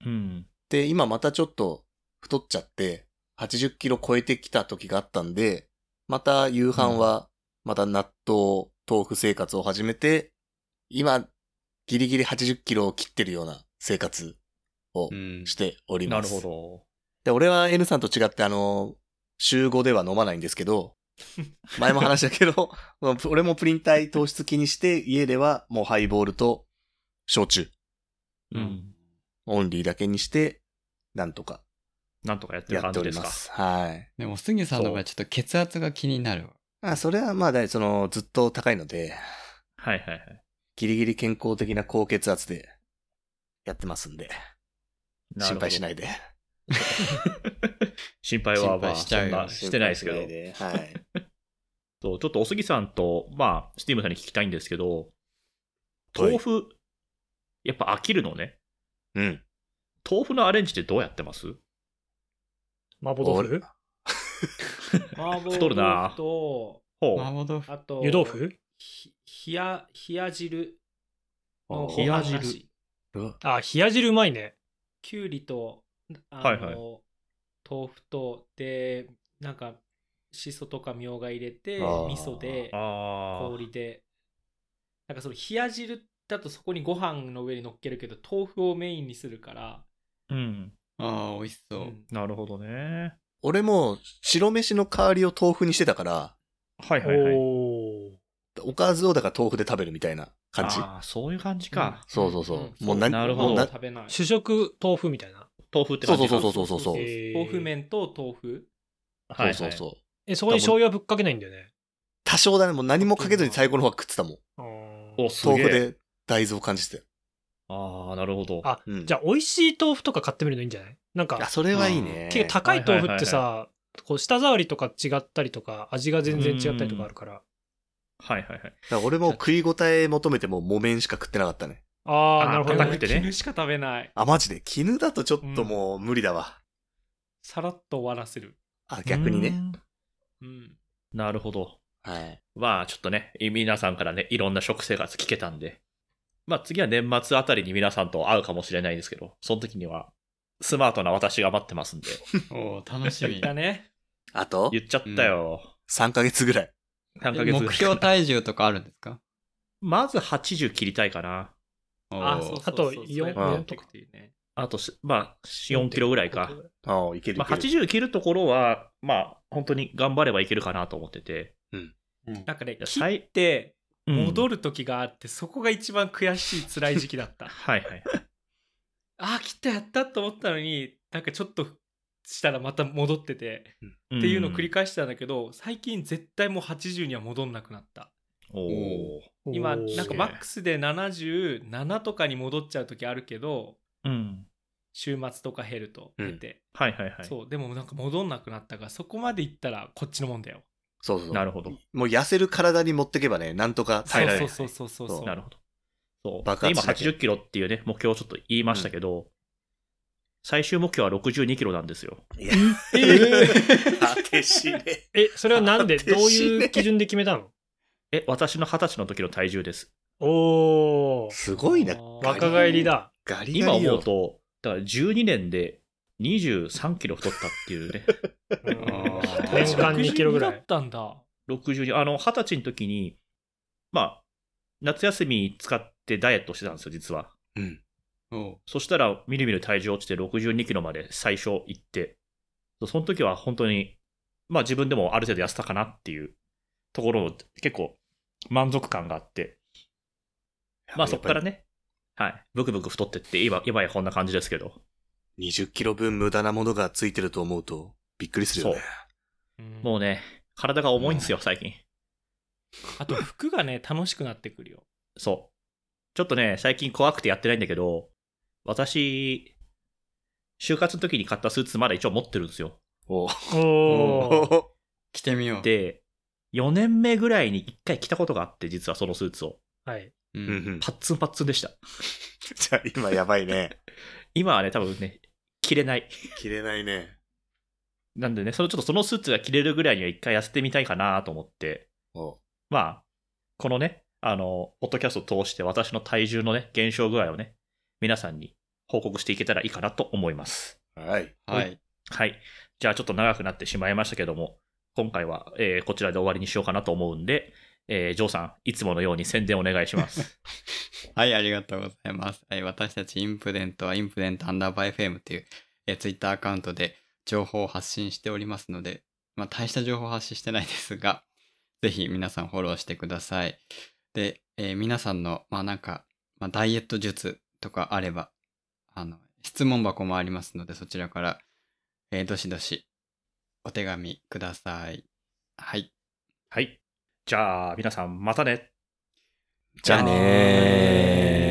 Speaker 1: うん。
Speaker 2: で、今またちょっと太っちゃって、80キロ超えてきた時があったんで、また夕飯は、また納豆豆腐生活を始めて、今、ギリギリ80キロを切ってるような生活を
Speaker 3: うん。
Speaker 2: しており
Speaker 1: な
Speaker 2: ま
Speaker 1: るほ
Speaker 2: す。
Speaker 1: ど。
Speaker 2: で、俺は N さんと違って、あの、週5では飲まないんですけど、前も話したけど、 俺もプリン体糖質気にして、家ではもうハイボールと焼酎、
Speaker 1: うん。
Speaker 2: オンリーだけにして、なんとか
Speaker 1: なんとかやってる
Speaker 2: やっ
Speaker 1: 感
Speaker 2: て
Speaker 1: じ
Speaker 2: お
Speaker 1: で
Speaker 2: り
Speaker 1: す
Speaker 2: ま
Speaker 1: か。
Speaker 2: す。はい。
Speaker 3: でも、杉さんの場合、ちょっと血圧が気になるわ。
Speaker 2: あ、それはまあ、だその、ずっと高いので、
Speaker 1: はいはいはい。。
Speaker 2: ギリギリ健康的な高血圧でやってますんで、心配しないいで。
Speaker 1: 心配は、まあ、
Speaker 3: 心配しち
Speaker 1: そ
Speaker 3: ゃうんよ
Speaker 1: なしてないですけど。
Speaker 2: 心配 しないではい。
Speaker 1: そうちょっとおすぎさんと、まあ、スティーブンさんに聞きたいんですけど、豆腐、やっぱ飽きるのね。
Speaker 2: うん。
Speaker 1: 豆腐のアレンジってどうやってます
Speaker 4: 麻婆豆腐
Speaker 5: 麻婆
Speaker 1: 太るな
Speaker 5: 豆腐と、
Speaker 1: ほ
Speaker 3: 麻
Speaker 1: う。
Speaker 3: 婆豆腐。
Speaker 5: あと、
Speaker 4: 湯豆腐
Speaker 5: ひ冷や、冷や汁の
Speaker 1: 冷
Speaker 5: ご
Speaker 1: や
Speaker 5: 飯
Speaker 1: 汁
Speaker 5: なし。
Speaker 4: あ、冷や汁うまいね。
Speaker 5: きゅうりと、あの、
Speaker 1: はいはい
Speaker 5: 豆腐と、で、なんか、しそとかみょうが入れて、
Speaker 2: あー
Speaker 5: 味噌で、
Speaker 1: あ
Speaker 5: 氷で、なんかその冷や汁だとそこにご飯の上に乗っけるけど、豆腐をメインにするから、
Speaker 1: あ。うん。
Speaker 3: ああ、美味しそうう。
Speaker 5: ん
Speaker 1: なるほどね。
Speaker 2: 俺もう白飯の代わりを豆腐にしてたから、
Speaker 1: はいはいはい。
Speaker 4: おー
Speaker 2: おかずをだから豆腐で食べるみたいな感じ。
Speaker 1: ああ、そういう感じか。
Speaker 2: そうそうそう。
Speaker 5: うん
Speaker 2: もう何
Speaker 1: なるほど
Speaker 2: もう
Speaker 5: ご
Speaker 2: な
Speaker 5: 飯を食べない。
Speaker 4: 主食豆腐みたいな。
Speaker 1: 豆腐って
Speaker 2: そ
Speaker 1: 感じ
Speaker 2: うそう
Speaker 1: か
Speaker 2: そうそうそうそう。
Speaker 4: えー
Speaker 5: 豆腐麺と豆腐。
Speaker 1: はいはい
Speaker 2: そうそうそう。
Speaker 4: え、そこに醤油はぶっかけないんだよね。
Speaker 2: 多少だね、もう何もかけずに最後の方は食ってたもん。
Speaker 4: あー
Speaker 1: お、すげえ
Speaker 2: 豆腐で大豆を感じてたよ。
Speaker 1: ああ、なるほど。
Speaker 4: あ、
Speaker 2: うん
Speaker 4: じゃあ美味しい豆腐とか買ってみるのいいんじゃないなん
Speaker 2: いや、
Speaker 4: か、
Speaker 2: それはいいね。
Speaker 4: 結構高い豆腐って
Speaker 1: は
Speaker 4: さ、こう舌触りとか違ったりとか、味が全然違ったりとかあるから。
Speaker 1: はいはいはい。
Speaker 2: だから俺も食い応え求めてもう木綿しか食ってなかったね。
Speaker 4: あ
Speaker 1: あ
Speaker 4: あ、なるほど
Speaker 1: 硬
Speaker 4: ね
Speaker 1: く。てね
Speaker 5: 絹しか食べない。
Speaker 2: あ、マジで絹だとちょっともう無理だわ。
Speaker 5: さらっと終わらせる。
Speaker 2: あ、逆に
Speaker 1: う
Speaker 2: ね。
Speaker 1: ん。
Speaker 5: うん。
Speaker 1: なるほど。
Speaker 2: はい。
Speaker 1: まあ、ちょっとね、皆さんからね、いろんな食生活聞けたんで、まあ次は年末あたりに皆さんと会うかもしれないですけど、その時には、スマートな私が待ってますん で、
Speaker 3: おお、楽しみ。
Speaker 5: だね。
Speaker 2: あと、
Speaker 1: 言っちゃったよ。
Speaker 2: 3ヶ月ぐらい。
Speaker 1: 3ヶ月ぐらいかな
Speaker 3: 目標体重とかあるんですか
Speaker 1: まず80切りたいかな。
Speaker 5: あ、そうそうそう
Speaker 4: あと
Speaker 5: そうやってやっていくといいね。
Speaker 1: あとし、まあ、4キロぐらいか。
Speaker 2: ああ、いけるいける。
Speaker 1: まあ、80切るところは、まあ、本当に頑張ればいけるかなと思ってて。
Speaker 5: なんかね、
Speaker 1: や
Speaker 5: 切
Speaker 1: 最
Speaker 5: って戻
Speaker 1: る。
Speaker 5: る時があって、そこが一番悔しい辛い時期だった。
Speaker 1: はいはい。
Speaker 5: あー、切ったやったと思ったのに、なんかちょっとしたらまた戻ってて、っていうのを繰り返してたんだけど、最近絶対もう80には戻んなくなった。
Speaker 1: うんおー
Speaker 5: 今、
Speaker 4: おー
Speaker 5: なんかマックスで77とかに戻っちゃう時あるけど、
Speaker 1: うん。
Speaker 5: 週末とか減ると減って、
Speaker 1: はいはいはい。
Speaker 5: そうでもなんか戻んなくなったからそこまで行ったらこっちのもんだよ
Speaker 2: そうそうそう。
Speaker 1: なるほど。
Speaker 2: もう痩せる体に持ってけばね、なんとか耐えられる。
Speaker 5: そうそうそうそうそう
Speaker 1: なるほど。そう。
Speaker 2: 爆
Speaker 1: で
Speaker 2: 発
Speaker 1: 今
Speaker 2: しなきゃ
Speaker 1: 80キロっていうね、目標をちょっと言いましたけど、最終目標は62キロなんですよ。
Speaker 2: いや、
Speaker 4: えー
Speaker 2: 果てし ね。
Speaker 4: え、それはなん で、
Speaker 2: 果てしね
Speaker 4: どういう基準で決めたの
Speaker 1: え、私の20歳の時の体重です。
Speaker 4: おー、
Speaker 2: すごいな
Speaker 5: あ。ー
Speaker 4: 若返りだ。
Speaker 2: ガリ
Speaker 1: 今
Speaker 2: ガリよ
Speaker 1: 思うと、だから12年で23キロ太ったっていうね。
Speaker 4: うん
Speaker 3: あー
Speaker 4: 年間2キロぐら
Speaker 5: 62だ
Speaker 4: い
Speaker 5: っ。たんだ
Speaker 1: 62あの、二十歳の時に、まあ、夏休み使ってダイエットしてたんですよ、実は。
Speaker 2: うん。
Speaker 3: おう
Speaker 1: そしたら、みるみる体重落ちて62キロまで最初行って、その時は本当に、まあ自分でもある程度痩せたかなっていうところを結構満足感があって、まあそっからね、はい、ブクブク太ってって、今、今やこんな感じですけど、
Speaker 2: 20キロ分無駄なものがついてると思うと、びっくりするよね。
Speaker 1: もうね、体が重いんですよ、最近。
Speaker 5: あと服がね楽しくなってくるよ
Speaker 1: そう。ちょっとね、最近怖くてやってないんだけど、私、就活の時に買ったスーツまだ一応持ってるんですよ。
Speaker 2: お
Speaker 4: おー。
Speaker 2: お
Speaker 3: 着てみよう。
Speaker 1: で、4年目ぐらいに1回着たことがあって、実はそのスーツを。
Speaker 4: はい。
Speaker 3: う。
Speaker 2: うんうんん
Speaker 1: パッツンパッツンでした。
Speaker 2: じゃあ今やばいね。
Speaker 1: 今はね、多分ね、着れない。
Speaker 2: 着れないね。
Speaker 1: なんでね、そのちょっとそのスーツが着れるぐらいには1回痩せてみたいかなと思って、
Speaker 2: お
Speaker 1: まあ、このね、あの、ポッドキャストを通して私の体重のね、減少具合をね、皆さんに報告していけたらいいかなと思います。
Speaker 2: はい。
Speaker 3: はい。
Speaker 1: はい。じゃあちょっと長くなってしまいましたけども、今回は、えーこちらで終わりにしようかなと思うんで、えージョーさん、いつものように宣伝お願いします。
Speaker 3: はい、ありがとうございます。はい、私たちインプデントはインプデントアンダーバー FM という、えー、ツイッターアカウントで情報を発信しておりますので、まあ大した情報発信してないですが、 ぜひ皆さんフォローしてください。で、えー皆さんの、まあなんか、まあ、ダイエット術とかあれば、あの、質問箱もありますので、そちらから、えーどしどしお手紙ください。はい。
Speaker 1: はい。じゃあ、皆さん、またね。
Speaker 2: じゃあねー。